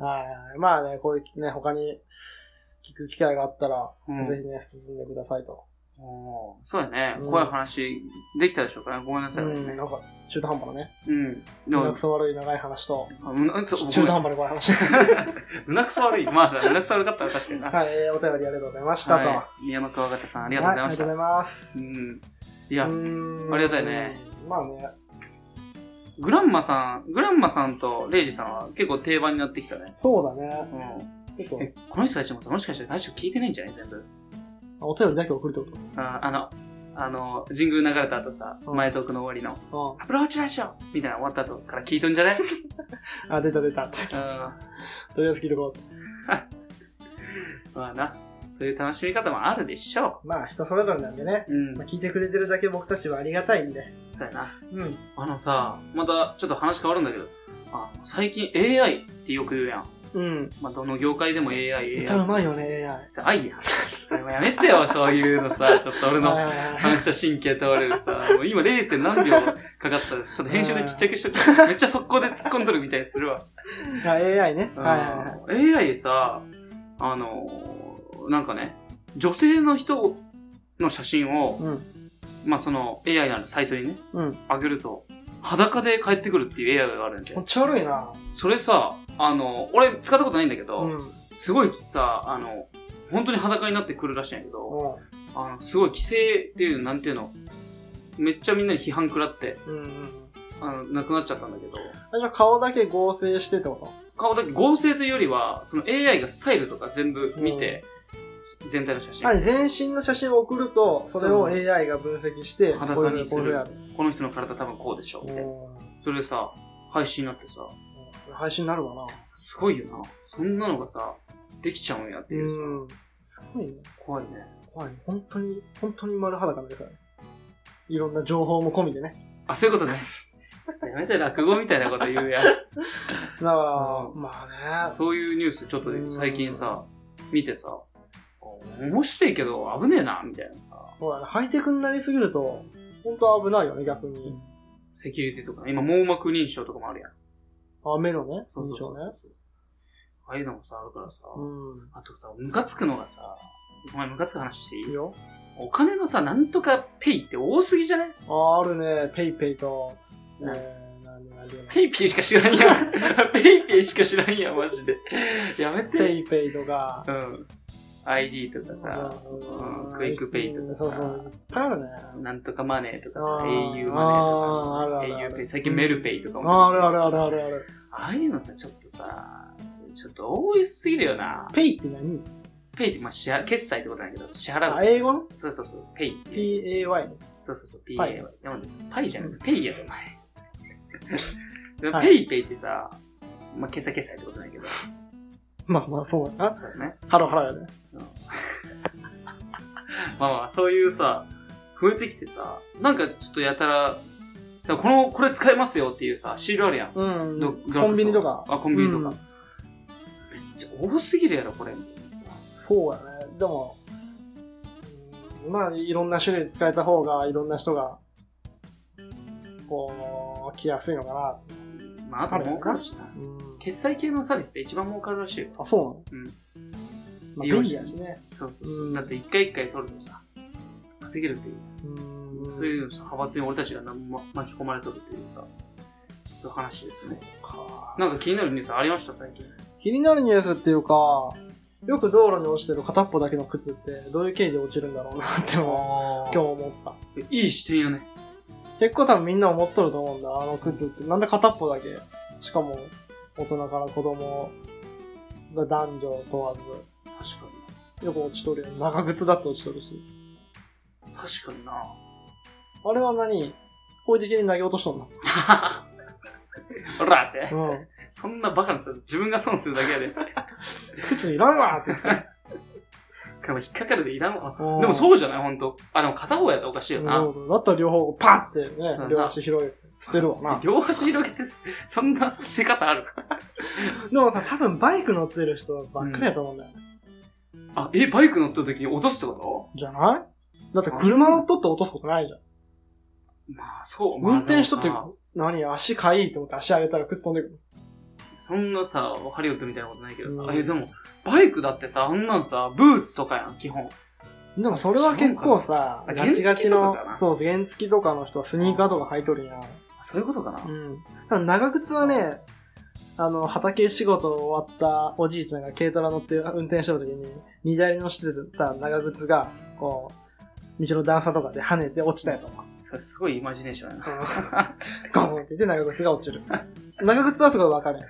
Speaker 2: はい。まあね、こういうね、他に聞く機会があったら、
Speaker 1: うん
Speaker 2: ぜひね、進んでくださいと。
Speaker 1: おーそうやね、
Speaker 2: うん
Speaker 1: 怖い話できたでしょうかね。ごめんなさい、
Speaker 2: うん、
Speaker 1: ね
Speaker 2: なんか、中途半端なね、
Speaker 1: うん。で
Speaker 2: 胸
Speaker 1: も
Speaker 2: く、そ悪い長い話と、
Speaker 1: あ胸そう
Speaker 2: 中途半端な怖い話。
Speaker 1: 胸くそ悪い。まあ、胸くそ悪かったら確 かにな。
Speaker 2: はい、えーお便りありがとうございましたと。はい、
Speaker 1: い、宮本若田さん、ありがとうございました。
Speaker 2: ありがとうございます
Speaker 1: う。ん。いや、
Speaker 2: うーん
Speaker 1: ありがたいね。
Speaker 2: まあね、
Speaker 1: グランマさん、グランマさんとレイジさんは結構定番になってきたね。
Speaker 2: そうだね。
Speaker 1: うん。
Speaker 2: ちょっ
Speaker 1: え、この人たちもさ、もしかしてラジオ聞いてないんじゃない全部。
Speaker 2: と、お便りだけ送るってこ
Speaker 1: ああの、あの、神宮流れた後さ、
Speaker 2: うん
Speaker 1: 前トークの終わりの、
Speaker 2: と。
Speaker 1: アプローチラジオみたいなの終わった後から聞いとんじゃ ね
Speaker 2: うん。あ、出た出た。
Speaker 1: うん。ま
Speaker 2: とりあえず聞いとこ
Speaker 1: あな、そういう楽しみ方もあるでしょ
Speaker 2: う。まあ、人それぞれなんでね。
Speaker 1: う。うん
Speaker 2: まあ、。聞いてくれてるだけ僕たちはありがたいんで。
Speaker 1: そうやな。
Speaker 2: うん。
Speaker 1: あのさ、またちょっと話変わるんだけど、あの最近 AI ってよく言うやん。
Speaker 2: うん。
Speaker 1: まあ、どの業界でも AI、
Speaker 2: 歌う
Speaker 1: AI。
Speaker 2: まいよね、AI。
Speaker 1: さ、愛やん。それもやめてよ、そういうのさ、ちょっと俺の
Speaker 2: はいはいはい
Speaker 1: 反射神経倒れる さ、もう今 0. 点何秒かかったです。ちょっと編集でちっちゃくしとく。めっちゃ速攻で突っ込んどるみたいにするわ。
Speaker 2: あ AI ね。はいはいはい。
Speaker 1: うん AI さ、あのー、なんかね、女性の人の写真を、
Speaker 2: うん。
Speaker 1: まあ、その AI なるサイトにね、
Speaker 2: うん。
Speaker 1: あげると、裸で帰ってくるっていう AI があるんで
Speaker 2: めっ。ちゃ悪いな。
Speaker 1: それさ、あの、俺使ったことないんだけど、
Speaker 2: うん。うん。
Speaker 1: すごいさ、あの、本当に裸になってくるらしいんやけど、あの、すごい規制っていうの、なんていうの、めっちゃみんなに批判食らって、
Speaker 2: うんうん。
Speaker 1: あの、なくなっちゃったんだけど、
Speaker 2: あじゃあ顔だけ合成してってこ
Speaker 1: 顔だけ合成というよりは、その AI がスタイルとか全部見て、全体の写
Speaker 2: とあ
Speaker 1: 真、
Speaker 2: 全身の写真を送ると、それを
Speaker 1: そう
Speaker 2: AI が分析して、
Speaker 1: 裸
Speaker 2: こういうふう
Speaker 1: に
Speaker 2: に
Speaker 1: す
Speaker 2: こう
Speaker 1: る
Speaker 2: いうふうにやる。
Speaker 1: この人の体多分こうでしょうって、それでさ、配信になってさ、
Speaker 2: うん配信になるわな。
Speaker 1: すごいよな。そんなのがさ、できちゃうんやっていうさ、
Speaker 2: うん。すごいね。
Speaker 1: 怖いね。
Speaker 2: 怖い。本当に、本当に丸裸なんだから。いろんな情報も込みでね。
Speaker 1: あ、そういうことね。 ちょっとやめて落語みたいなこと言うやん。
Speaker 2: だから、
Speaker 1: う
Speaker 2: まあね。
Speaker 1: そういうニュースちょっと最近さ、見てさ、面白いけど危ねえな、みたいなさ、
Speaker 2: そうだね。ハイテクになりすぎると、本当危ないよね、逆に。
Speaker 1: セキュリティとか、今網膜認証とかもあるやん。
Speaker 2: あ、目のね、
Speaker 1: そうそうそう
Speaker 2: 印象ね。
Speaker 1: ああいうのもさ、あるからさ、
Speaker 2: うん。
Speaker 1: あとさ、ムカつくのがさ、お前ムカつく話してい
Speaker 2: いい
Speaker 1: い
Speaker 2: よ。
Speaker 1: お金のさ、なんとかペイって多すぎじゃね
Speaker 2: あ、あるね。ペイペイと、え
Speaker 1: うん
Speaker 2: ー、何何何
Speaker 1: ペイペイしか知らんや ん。ペイペイしか知らんやん、マジで。やめ
Speaker 2: ペ
Speaker 1: て。
Speaker 2: イペイとか、
Speaker 1: うん。ID とかさ、
Speaker 2: うん
Speaker 1: うんクイックペイとかさ
Speaker 2: そうそう。いっぱいあるね。
Speaker 1: なんとかマネーとかさ、
Speaker 2: あー
Speaker 1: au マネーと
Speaker 2: あーあ
Speaker 1: か、
Speaker 2: るあるある
Speaker 1: au ペイ、最近メルペイとかも。
Speaker 2: あるあるあるあるある。
Speaker 1: ああいうのさ、ちょっとさ、ちょっと多いすぎるよな。
Speaker 2: ペイって何
Speaker 1: ペイって、まあ、支払決済ってことなんだけど、支払
Speaker 2: あ、
Speaker 1: う。
Speaker 2: 英語の
Speaker 1: そうそうそう、ペイっていう。
Speaker 2: ?PAY。
Speaker 1: そうそうそう、PA
Speaker 2: パ
Speaker 1: は
Speaker 2: イ
Speaker 1: 読んでさ、パイじゃなくて、ペイやろ、お前。
Speaker 2: はい
Speaker 1: ペイペイってさ、まあ、決済決済ってことなんだけど、
Speaker 2: まあまあ、そうだな。
Speaker 1: そうだね。
Speaker 2: ハロハロやね。
Speaker 1: まあまあ、そういうさ、増えてきてさ、なんかちょっとやたら、だからこの、これ使えますよっていうさ、シールあるやん。
Speaker 2: うん
Speaker 1: ど
Speaker 2: コンビニとか。
Speaker 1: あ、コンビニとか。
Speaker 2: う
Speaker 1: めっちゃ多すぎるやろ、これ。みたいなさ
Speaker 2: そうやね。でも、うんまあ、いろんな種類使えた方が、いろんな人が、こう、来やすいのかな。
Speaker 1: まあ、あと儲かるしな。
Speaker 2: うん。
Speaker 1: 決済系のサービスで一番儲かるらしいよ。
Speaker 2: あ、そうなのまあ、
Speaker 1: 利用
Speaker 2: 便
Speaker 1: 者
Speaker 2: 利やしね。
Speaker 1: そうそうそう。
Speaker 2: うん
Speaker 1: だって一回一回取るとさ、稼げるっていう。
Speaker 2: うん。
Speaker 1: そういうさ派閥に俺たちがなんも巻き込まれとるっていうさ、そういう話ですね。
Speaker 2: か。
Speaker 1: なんか気になるニュースありました、最近。
Speaker 2: 気になるニュースっていうか、よく道路に落ちてる片っぽだけの靴って、どういう経緯で落ちるんだろうなっても、
Speaker 1: あ
Speaker 2: 今日思った。
Speaker 1: 今日。いい視点やね。
Speaker 2: 結構多分みんな思っとると思うんだ、あの靴って。なんで片っぽだけ。しかも、大人から子供、だ男女問わ
Speaker 1: 確か
Speaker 2: ず、よく落ちとるよね。長靴だって落ちとるし。
Speaker 1: に。確かにな。
Speaker 2: あれは何法的に投げ落としとんの
Speaker 1: ほらって。
Speaker 2: うん。
Speaker 1: そんなバカなさ、自分が損するだけやで。 こ
Speaker 2: 靴いらんわって 言って。
Speaker 1: れも引っかかるでいらんわ。
Speaker 2: うん
Speaker 1: でもそうじゃないほんと。あ、でも片方やったらおかしいよ
Speaker 2: なる
Speaker 1: な。
Speaker 2: ほどだったら両方パッて
Speaker 1: そうだ
Speaker 2: ね
Speaker 1: な、
Speaker 2: 両足広げて捨てるわな。
Speaker 1: 両足広げてす、そんな捨て方ある
Speaker 2: でもさ、多分バイク乗ってる人ばっかりやと思うんだよ。
Speaker 1: あ、え、バイク乗った時に落とすってこ
Speaker 2: じゃないだって車乗っとって落とすことないじゃん。
Speaker 1: とまあ、そう。まあ
Speaker 2: 運転しとって
Speaker 1: でもさ、
Speaker 2: 何足かいいと思って足上げたら靴飛んでくる。
Speaker 1: そんなさ、ハリウッドみたいなことないけどさ。
Speaker 2: うん
Speaker 1: え、でも、バイクだってさ、あんなんさ、ブーツとかやん、基本。
Speaker 2: でもそれは結構さ、
Speaker 1: あ
Speaker 2: ガチ
Speaker 1: 原
Speaker 2: ガチ
Speaker 1: 付と
Speaker 2: の
Speaker 1: かかな、
Speaker 2: そう、原付とかの人はスニーカーとか履いとるやん。
Speaker 1: そういうことかな。
Speaker 2: うん。ただ長靴はね、あの、畑仕事終わったおじいちゃんが軽トラ乗って運転してる時に、荷台に乗せてた長靴が、こう、道の段差とかで跳ねて落ちたやとか。
Speaker 1: それすごいイマジネーションやな。
Speaker 2: ガボンって言って長靴が落ちる。長靴はすごいわ かる。で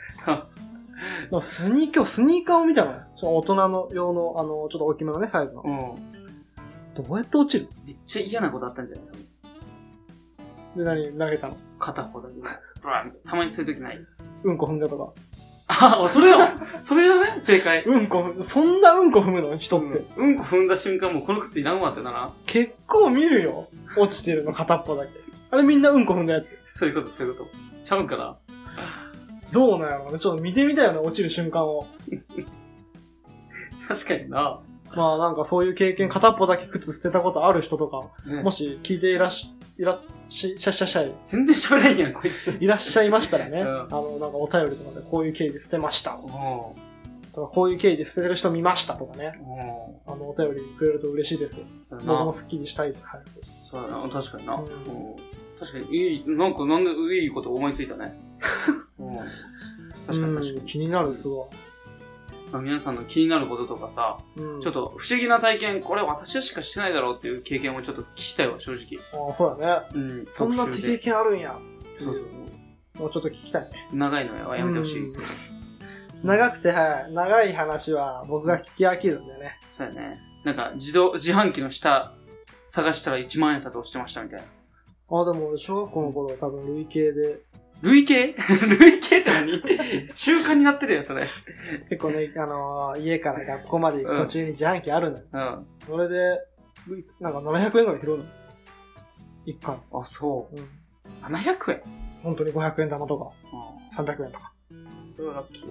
Speaker 2: もスニーカー、スニーカーを見たのよ。その大人の用の、あの、ちょっと大きめのね、サイズの
Speaker 1: う。ん。
Speaker 2: どうやって落ちる
Speaker 1: めっちゃ嫌なことあったんじゃない多分
Speaker 2: で、何投げたの
Speaker 1: 片方だけ。ブランたまにそういう時ない。
Speaker 2: うんこ踏んだとか。
Speaker 1: あ、それだそれだね正解。
Speaker 2: うんこ踏む、そんなうんこ踏むの人
Speaker 1: う
Speaker 2: って。
Speaker 1: ん、うんこ踏んだ瞬間もうこの靴いらんわってなら。
Speaker 2: 結構見るよ。落ちてるの片っぽだけ。あれみんなうんこ踏んだやつ。
Speaker 1: そういうこと、そういうこと。ちゃうんかな
Speaker 2: どうなんやろうね。ちょっと見てみたいよね、落ちる瞬間を。
Speaker 1: 確かにな。
Speaker 2: まあなんかそういう経験、片っぽだけ靴捨てたことある人とか、
Speaker 1: ね
Speaker 2: もし聞いていらっし、いらっし、しゃっしゃっしゃい、
Speaker 1: 全然喋れんやん、こいつ。
Speaker 2: いらっしゃいましたらね、
Speaker 1: うん
Speaker 2: あの、なんかお便りとかでこういう経緯で捨てました
Speaker 1: おお
Speaker 2: とか、こういう経緯で捨ててる人見ましたとかね、
Speaker 1: お
Speaker 2: あの、お便りくれると嬉しいですよ。
Speaker 1: ーだ
Speaker 2: 僕も
Speaker 1: な。
Speaker 2: スッキリしたいです、早く。
Speaker 1: そうだな、確かにな。
Speaker 2: うん
Speaker 1: うん確かに、いい、なんか、なんで、いいこと思いついた ね。うん確かに確か
Speaker 2: うん
Speaker 1: に。
Speaker 2: 気になる、すご
Speaker 1: まあ皆さんの気になることとかさ、
Speaker 2: い。うん、
Speaker 1: ちょっ。と不思議な体験、これ私しかしてないだろうっていう経験をちょっと聞きたいわ、正直。
Speaker 2: ああ、そうだね。
Speaker 1: うん。
Speaker 2: そんな
Speaker 1: 特集
Speaker 2: 経
Speaker 1: で
Speaker 2: 験あるんや。
Speaker 1: そうそう
Speaker 2: もうちょっと聞きたいね。
Speaker 1: そう。長いのはやめてほしいですよ。
Speaker 2: 長くて、はい。長い話は僕が聞き飽きるんだよね。
Speaker 1: そうやね。なんか、自動、自販機の下、探したら1万円札落ちてましたみたいな。
Speaker 2: あ、でも俺、小学校の頃多分累計で、
Speaker 1: 累計 累計って何 習慣になってるやん、それ。
Speaker 2: 結構ね、あのー家から学校まで行く途中に自販機あるのよ。
Speaker 1: うん。あ、
Speaker 2: それで、なんか700円ぐらい拾うの。一回。
Speaker 1: そ
Speaker 2: うん。
Speaker 1: う。700円
Speaker 2: 本当に500円玉とか、
Speaker 1: う
Speaker 2: 300円とか。
Speaker 1: ん。それはラッキー。
Speaker 2: うん。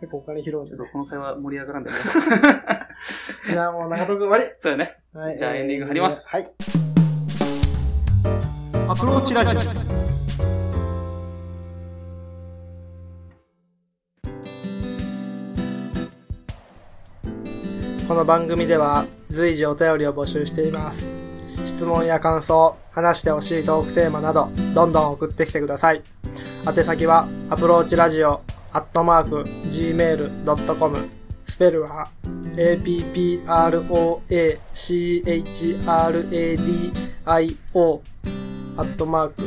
Speaker 2: 結構お金拾うん
Speaker 1: ち
Speaker 2: だ
Speaker 1: ょっ
Speaker 2: よ
Speaker 1: と
Speaker 2: ね。
Speaker 1: この会話盛り上がらんでね。
Speaker 2: いや、もう長友くん終わり。
Speaker 1: そうやね。
Speaker 2: はい。
Speaker 1: じゃあエンディング貼ります
Speaker 2: はい。アプローチラジオ。この番組では随時お便りを募集しています。質問や感想、話してほしいトークテーマなど、どんどん送ってきてください。宛先は、アプローチラジオ、アットマーク、gmail.com、スペルは、approachradio、アットマーク、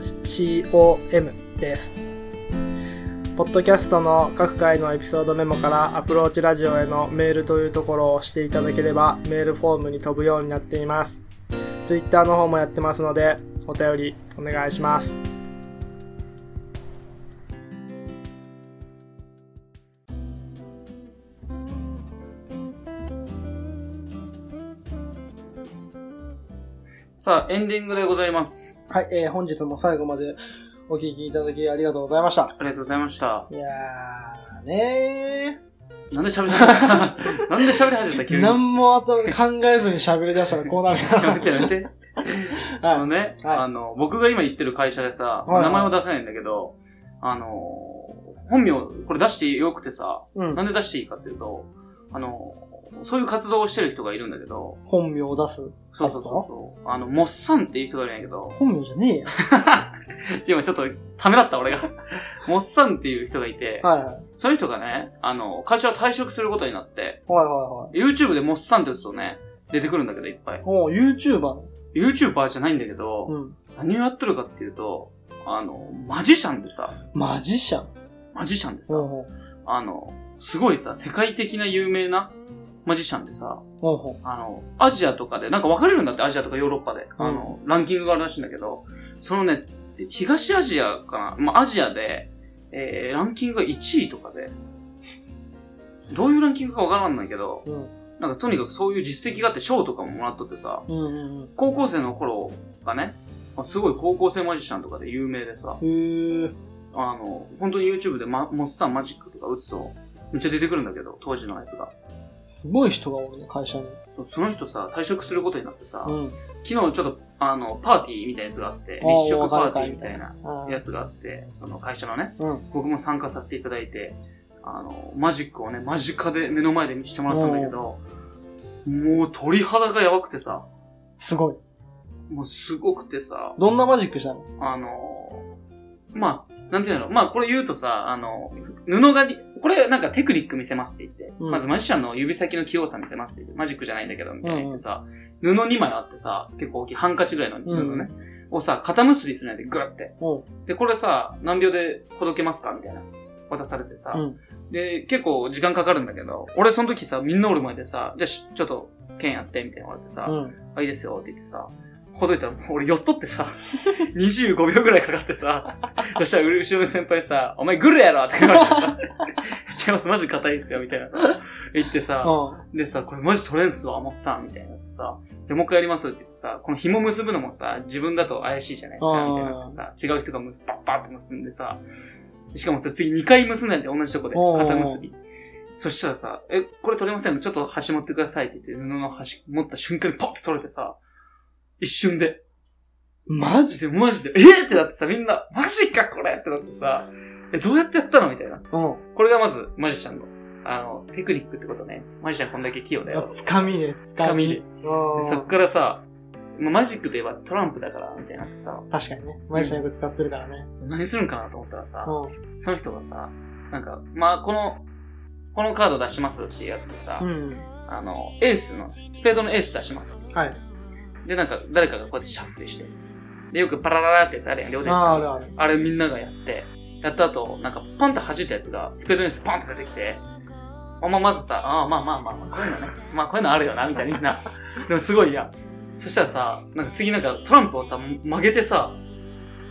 Speaker 2: gmail.com です。ポッドキャストの各回のエピソードメモからアプローチラジオへのメールというところを押していただければメールフォームに飛ぶようになっています。Twitter の方もやってますのでお便りお願いします。
Speaker 1: さあ、エンディングでございます。
Speaker 2: はい、えー、本日も最後までお聞きいただきありがとうございました。
Speaker 1: ありがとうございました。
Speaker 2: いやーね
Speaker 1: なんで喋り 始めたなんで喋り始めた急
Speaker 2: ー。
Speaker 1: に。
Speaker 2: な
Speaker 1: や
Speaker 2: んも頭で考えずに喋り出したらこうなる
Speaker 1: めてや めて。
Speaker 2: な。
Speaker 1: あの
Speaker 2: はい。
Speaker 1: ね、
Speaker 2: はい
Speaker 1: あの、僕が今言ってる会社でさ、
Speaker 2: はいはい
Speaker 1: 名前を出せないんだけど、あの、本名、これ出してよくてさ、
Speaker 2: うん
Speaker 1: な。んで出していいかっていうと、あの、そういう活動をしてる人がいるんだけど、
Speaker 2: 本名を出す。
Speaker 1: そうそうそうそう。あの、モッサンっていう人がいるんやけど、
Speaker 2: 本名じゃねえよ。
Speaker 1: 今ちょっとためらった俺が。モッサンっていう人がいて、
Speaker 2: はいはい。はい
Speaker 1: そういう人がね、あの、会社を退職することになって、
Speaker 2: はいはい。
Speaker 1: YouTube でモッサンって打つとね、出てくるんだけどいっぱい。
Speaker 2: おー、YouTuber。
Speaker 1: YouTuber じゃないんだけど、
Speaker 2: うん。
Speaker 1: 何をやってるかっていうと、あの、マジシャンでさ、
Speaker 2: マジシャン。
Speaker 1: マジシャンでさ、
Speaker 2: ほうほう。
Speaker 1: あの、すごいさ、世界的な有名なマジシャンでさ、
Speaker 2: ほうほ
Speaker 1: あの、アジアとかで、なんか分かれるんだって、アジアとかヨーロッパで。
Speaker 2: うん
Speaker 1: あの、ランキングがあるらしいんだけど、そのね、東アジアかな、まあ、アジアで、えー、ランキングが1位とかで、どういうランキングか分からんんだけど、
Speaker 2: う。うん。
Speaker 1: なんかとにかくそういう実績があって、賞とかももらっとってさ、
Speaker 2: うんうんうん。
Speaker 1: 高校生の頃がね、まあすごい高校生マジシャンとかで有名でさ、
Speaker 2: へー。
Speaker 1: あの、本当に YouTube で、ま、モッサンマジックとか打つと、めっちゃ出てくるんだけど、当時のやつが。
Speaker 2: すごい人がおるね、会社に。
Speaker 1: そその人さ、退職することになってさ、
Speaker 2: うん。
Speaker 1: 昨日ちょっと、あの、パーティーみたいなやつがあって、
Speaker 2: あー
Speaker 1: 立食パーティーみたいな
Speaker 2: あ
Speaker 1: や
Speaker 2: ー
Speaker 1: つがあって、その会社のね、
Speaker 2: うん。
Speaker 1: 僕も参加させていただいて、あの、マジックをね、間近で目の前で見せてもらったんだけど、もう鳥肌がやばくてさ、
Speaker 2: すごい。
Speaker 1: もうすごくてさ、
Speaker 2: どんなマジックしたの
Speaker 1: あの、まあ、なんていうのまあこれ言うとさ、あの、布がり、これなんかテクニック見せますって言って、
Speaker 2: うん
Speaker 1: まずマジシャンの指先の器用さ見せますって言って、マジックじゃないんだけど、みたいな言ってさ、布2枚あってさ、結構大きいハンカチぐらいの布ね、をさ、肩結びするんやで、グッて。
Speaker 2: おう
Speaker 1: で、これさ、何秒でほどけますかみたいな。渡されてさ、
Speaker 2: うん
Speaker 1: で、結構時間かかるんだけど、俺その時さ、みんなおる前でさ、じゃあしちょっと、剣やって、みたいな言われてさ、
Speaker 2: うん。
Speaker 1: あ、いいですよって言ってさ、ほどいたら、もう俺寄っとってさ、25秒ぐらいかかってさ、そしたら後ろの先輩にさ、お前グルやろって言われてさ、違います、マジ硬いですよ、みたいな。言って さ、でさ、これマジ取れんすわ、もっさん、みたいなってさ、で、もう一回やりますって言ってさ、この紐結ぶのもさ、自分だと怪しいじゃないですか、
Speaker 2: うん
Speaker 1: みたいなってさ、違う人がむすパッパッと結んでさ、しかもさ、次2回結んだんで、同じとこで
Speaker 2: うん、
Speaker 1: 肩結び。そしたらさ、え、これ取れませんちょっと端持ってくださいって言って、布の端持った瞬間にパッと取れてさ、一瞬で。
Speaker 2: マジ
Speaker 1: で、マジで、えー、ってなってさ、みんな、マジかこれってなってさ、え、どうやってやったのみたいな。
Speaker 2: うん。
Speaker 1: これがまず、マジちゃんの、あの、テクニックってことね。マジちゃんこんだけ器用だよ。
Speaker 2: つかみね、つかみ。
Speaker 1: 掴
Speaker 2: うん
Speaker 1: でそっからさ、まあマジックといえばトランプだから、みたいになってさ、
Speaker 2: 確かにね。毎日よく使ってるからね。
Speaker 1: 何するんかなと思ったらさ、
Speaker 2: う
Speaker 1: その人がさ、なんか、まあ、この、このカード出しますっていうやつでさ、
Speaker 2: ん。うん。
Speaker 1: あの、エースの、スペードのエース出します。
Speaker 2: はい。
Speaker 1: で、なんか、誰かがこうやってシャフトして、で、よくパラララってやつあるやん、両手
Speaker 2: あ
Speaker 1: 使
Speaker 2: あ、あ
Speaker 1: う
Speaker 2: るある。
Speaker 1: あれみんながやって、やった後、なんかパンと弾いたやつが、スペードニュースパンと出てきて、あまあ、まずさ、ああ、まあまあまあ、まあ、こういうのね、まあこういうのあるよな、みたいな、みんな。 でもすごいやん。そしたらさ、なんか次なんかトランプをさ、曲げてさ、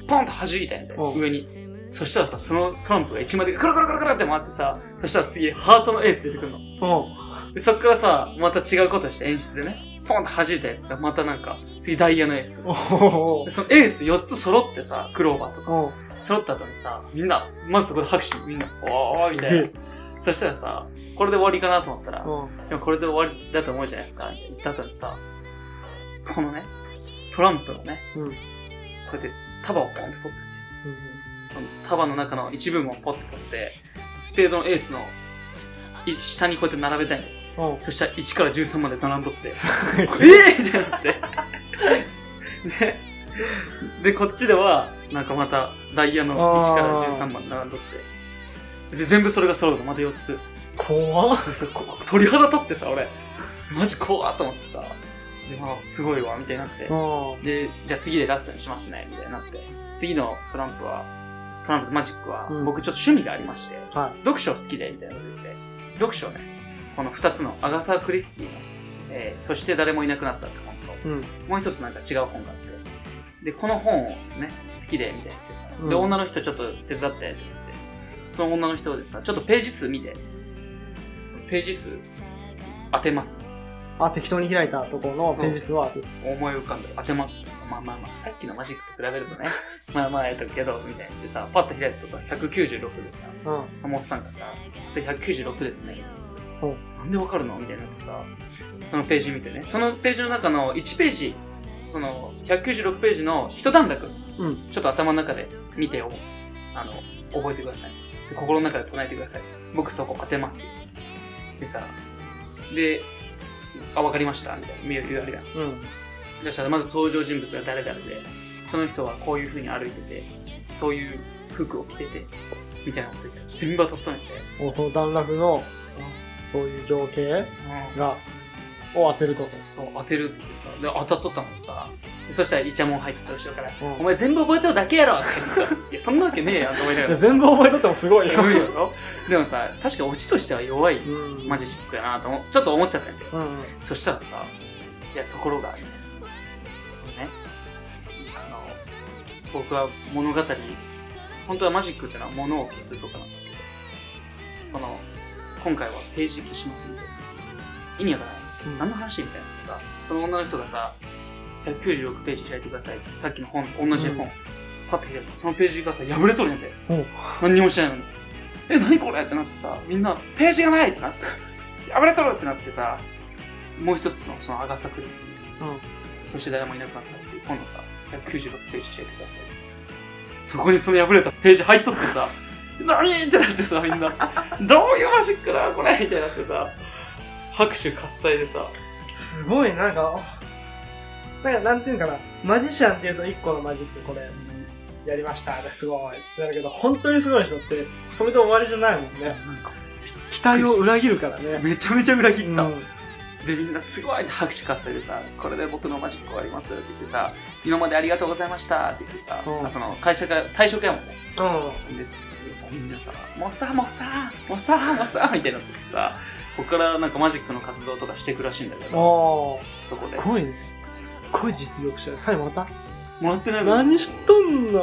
Speaker 1: パンと弾いたやんで、
Speaker 2: うん
Speaker 1: 上に。そしたらさ、そのトランプが一枚でクラクラクラクラって回ってさ、そしたら次、ハートのエース出てくるの。
Speaker 2: う
Speaker 1: でそっからさ、また違うことして演出でね、ポンと弾いたやつが、またなんか、次ダイヤのエース
Speaker 2: ん。。お
Speaker 1: でそのエース4つ揃ってさ、クローバーとか。
Speaker 2: お。うん。
Speaker 1: 揃った後にさ、みんな、まずそこで拍手、みんな、おーみた
Speaker 2: す
Speaker 1: い
Speaker 2: げ
Speaker 1: な。そしたらさ、これで終わりかなと思ったら、
Speaker 2: うん。
Speaker 1: でもこれで終わりだと思うじゃないですか、みたいな言った後にさ、このね、トランプのね、
Speaker 2: うん。
Speaker 1: こうやって束をポンって取って、その束の中の一部分をポンって取って、スペードのエースのい下にこうやって並べたいんだよ
Speaker 2: うん。
Speaker 1: そしたら1から13まで並んどって、えー、みたいになって。で、で、こっちでは、なんかまた、ダイヤの1から13まで並んどって。で、全部それが揃うの、また4つ。
Speaker 2: 怖っ。
Speaker 1: でさ、こ鳥肌立ってさ、俺、マジ怖っと思ってさ、で、まあ、すごいわ、みたいになって。
Speaker 2: う
Speaker 1: で、じゃあ次でラストにしますね、みたいになって。次のトランプは、トランプマジックは、
Speaker 2: うん
Speaker 1: 僕ちょっと趣味がありまして、
Speaker 2: は
Speaker 1: 読書好きで、みたいなこと言って、読書ね、この二つのアガサ・クリスティの、えーそして誰もいなくなったって本と、
Speaker 2: い。うん。
Speaker 1: もう一つなんか違う本があって、で、この本をね、好きで、みたいな言ってさ、
Speaker 2: うん
Speaker 1: で、女の人ちょっと手伝って、って言って、その女の人でさ、ちょっとページ数見て、ページ数当てます。
Speaker 2: あ、適当に開いたところのページ数は、
Speaker 1: 思い浮かんで当てます。まあまあまあ、さっきのマジックと比べるとね、 まあまあやったけど、みたいな言ってさ、パッと開いたとこ196でさ、
Speaker 2: うん。
Speaker 1: ハモスさんがさ、それ196ですね。
Speaker 2: ほ
Speaker 1: なんでわかるのみたいになってさ、そのページ見てね。そのページの中の1ページ、その196ページの一段落、
Speaker 2: うん。
Speaker 1: ちょっと頭の中で見てよ、あの、覚えてください。で心の中で唱えてください。僕そこ当てますって。でさ、で、あ、わかりましたみたいな。言う言われた。
Speaker 2: うん。
Speaker 1: そしたらまず登場人物が誰々で、その人はこういう風に歩いてて、そういう服を着てて、みたいなこと言って、全部当たったんやて。
Speaker 2: もうその段落の、そういう情景
Speaker 1: うん
Speaker 2: が、を当てるとこ。
Speaker 1: そう、当てるってさ、で、当たっとったもんさ。でそしたらイチャモン入ってさ、後ろから、
Speaker 2: うん
Speaker 1: お前全部覚えてるだけやろって言ってさ、 いや、そんなわけねえやんって思いなが
Speaker 2: いや、
Speaker 1: ら。
Speaker 2: 全部覚えとってもすごいよ。
Speaker 1: 無理やろでもさ、確かオチとしては弱い
Speaker 2: うん
Speaker 1: マジシックやなと思、ちょっと思っちゃったんやけど。
Speaker 2: うん。
Speaker 1: そしたらさ、いや、ところが、みたいな。そうね。あの、僕は物語、本当はマジックってのは物を消すとかなんですけど、この、今回はページ消しますみたいな。意味わからない。何の話みたいなさ、その女の人がさ、196ページ開いてください。さっきの本、同じ本。
Speaker 2: うん
Speaker 1: パッて開いたらそのページがさ、破れとるんやで。
Speaker 2: おう
Speaker 1: 何にもしてないのに。え、何これってなってさ、みんな、ページがないってなって、 破れとるってなってさ、もう一つの、そのアガサ・クリスティ
Speaker 2: うん。
Speaker 1: そして誰もいなくなったっていう、今度さ、196ページ開いてくださいって言ってさそこにその破れたページ入っとってさ、 何ってなってさ、みんな、どういうマジックだこれみたいになってさ、拍手喝采でさ、
Speaker 2: すごい、なんか、なんか、なんていうんかな、マジシャンっていうと一個のマジック、これ。やりましたすごいだけど本当にすごい人ってそれで終わりじゃないもんね
Speaker 1: なんか
Speaker 2: 期待を裏切るからね
Speaker 1: めちゃめちゃ裏切
Speaker 2: う
Speaker 1: っ
Speaker 2: ん
Speaker 1: た、でみんなすごいって拍手喝采でさこれで僕のマジック終わりますって言ってさ今までありがとうございましたって言ってさ、
Speaker 2: うん
Speaker 1: あその会社が退職やもんね
Speaker 2: うん
Speaker 1: ですみんなさ「もうさもうさもうさもうさ」みたいになっててさここからなんかマジックの活動とかしていくらしいんだけど
Speaker 2: あ
Speaker 1: そこ
Speaker 2: あ
Speaker 1: です
Speaker 2: ごいねすっごい実力者はいまた
Speaker 1: もらってないの
Speaker 2: 何しとんだ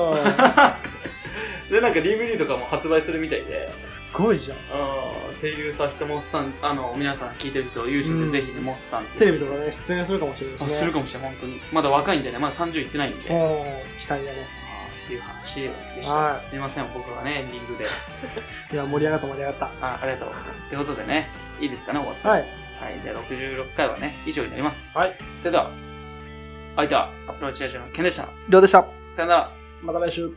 Speaker 1: でなんか DVD とかも発売するみたいです
Speaker 2: ごいじゃん
Speaker 1: あー声優さんひともっさんあの皆さん聞いてる人 YouTube でぜひねもっさんって
Speaker 2: テレビとかね出演するかもしれない
Speaker 1: あ
Speaker 2: ね
Speaker 1: するかもしれない本当にまだ若いんでねまだ30いってないんで、あ
Speaker 2: うん期待だね
Speaker 1: ーっていう話でした、
Speaker 2: はい
Speaker 1: すみません僕はねエンディングで
Speaker 2: いや盛り上がった盛り上がった
Speaker 1: あありがとうってことでねいいですかね終わって
Speaker 2: はい
Speaker 1: はい、じゃあ66回はね、以上になります。
Speaker 2: はい。
Speaker 1: それでは、相手はアプローチラジオのケンでした。
Speaker 2: りょうでした
Speaker 1: さよなら。
Speaker 2: また来週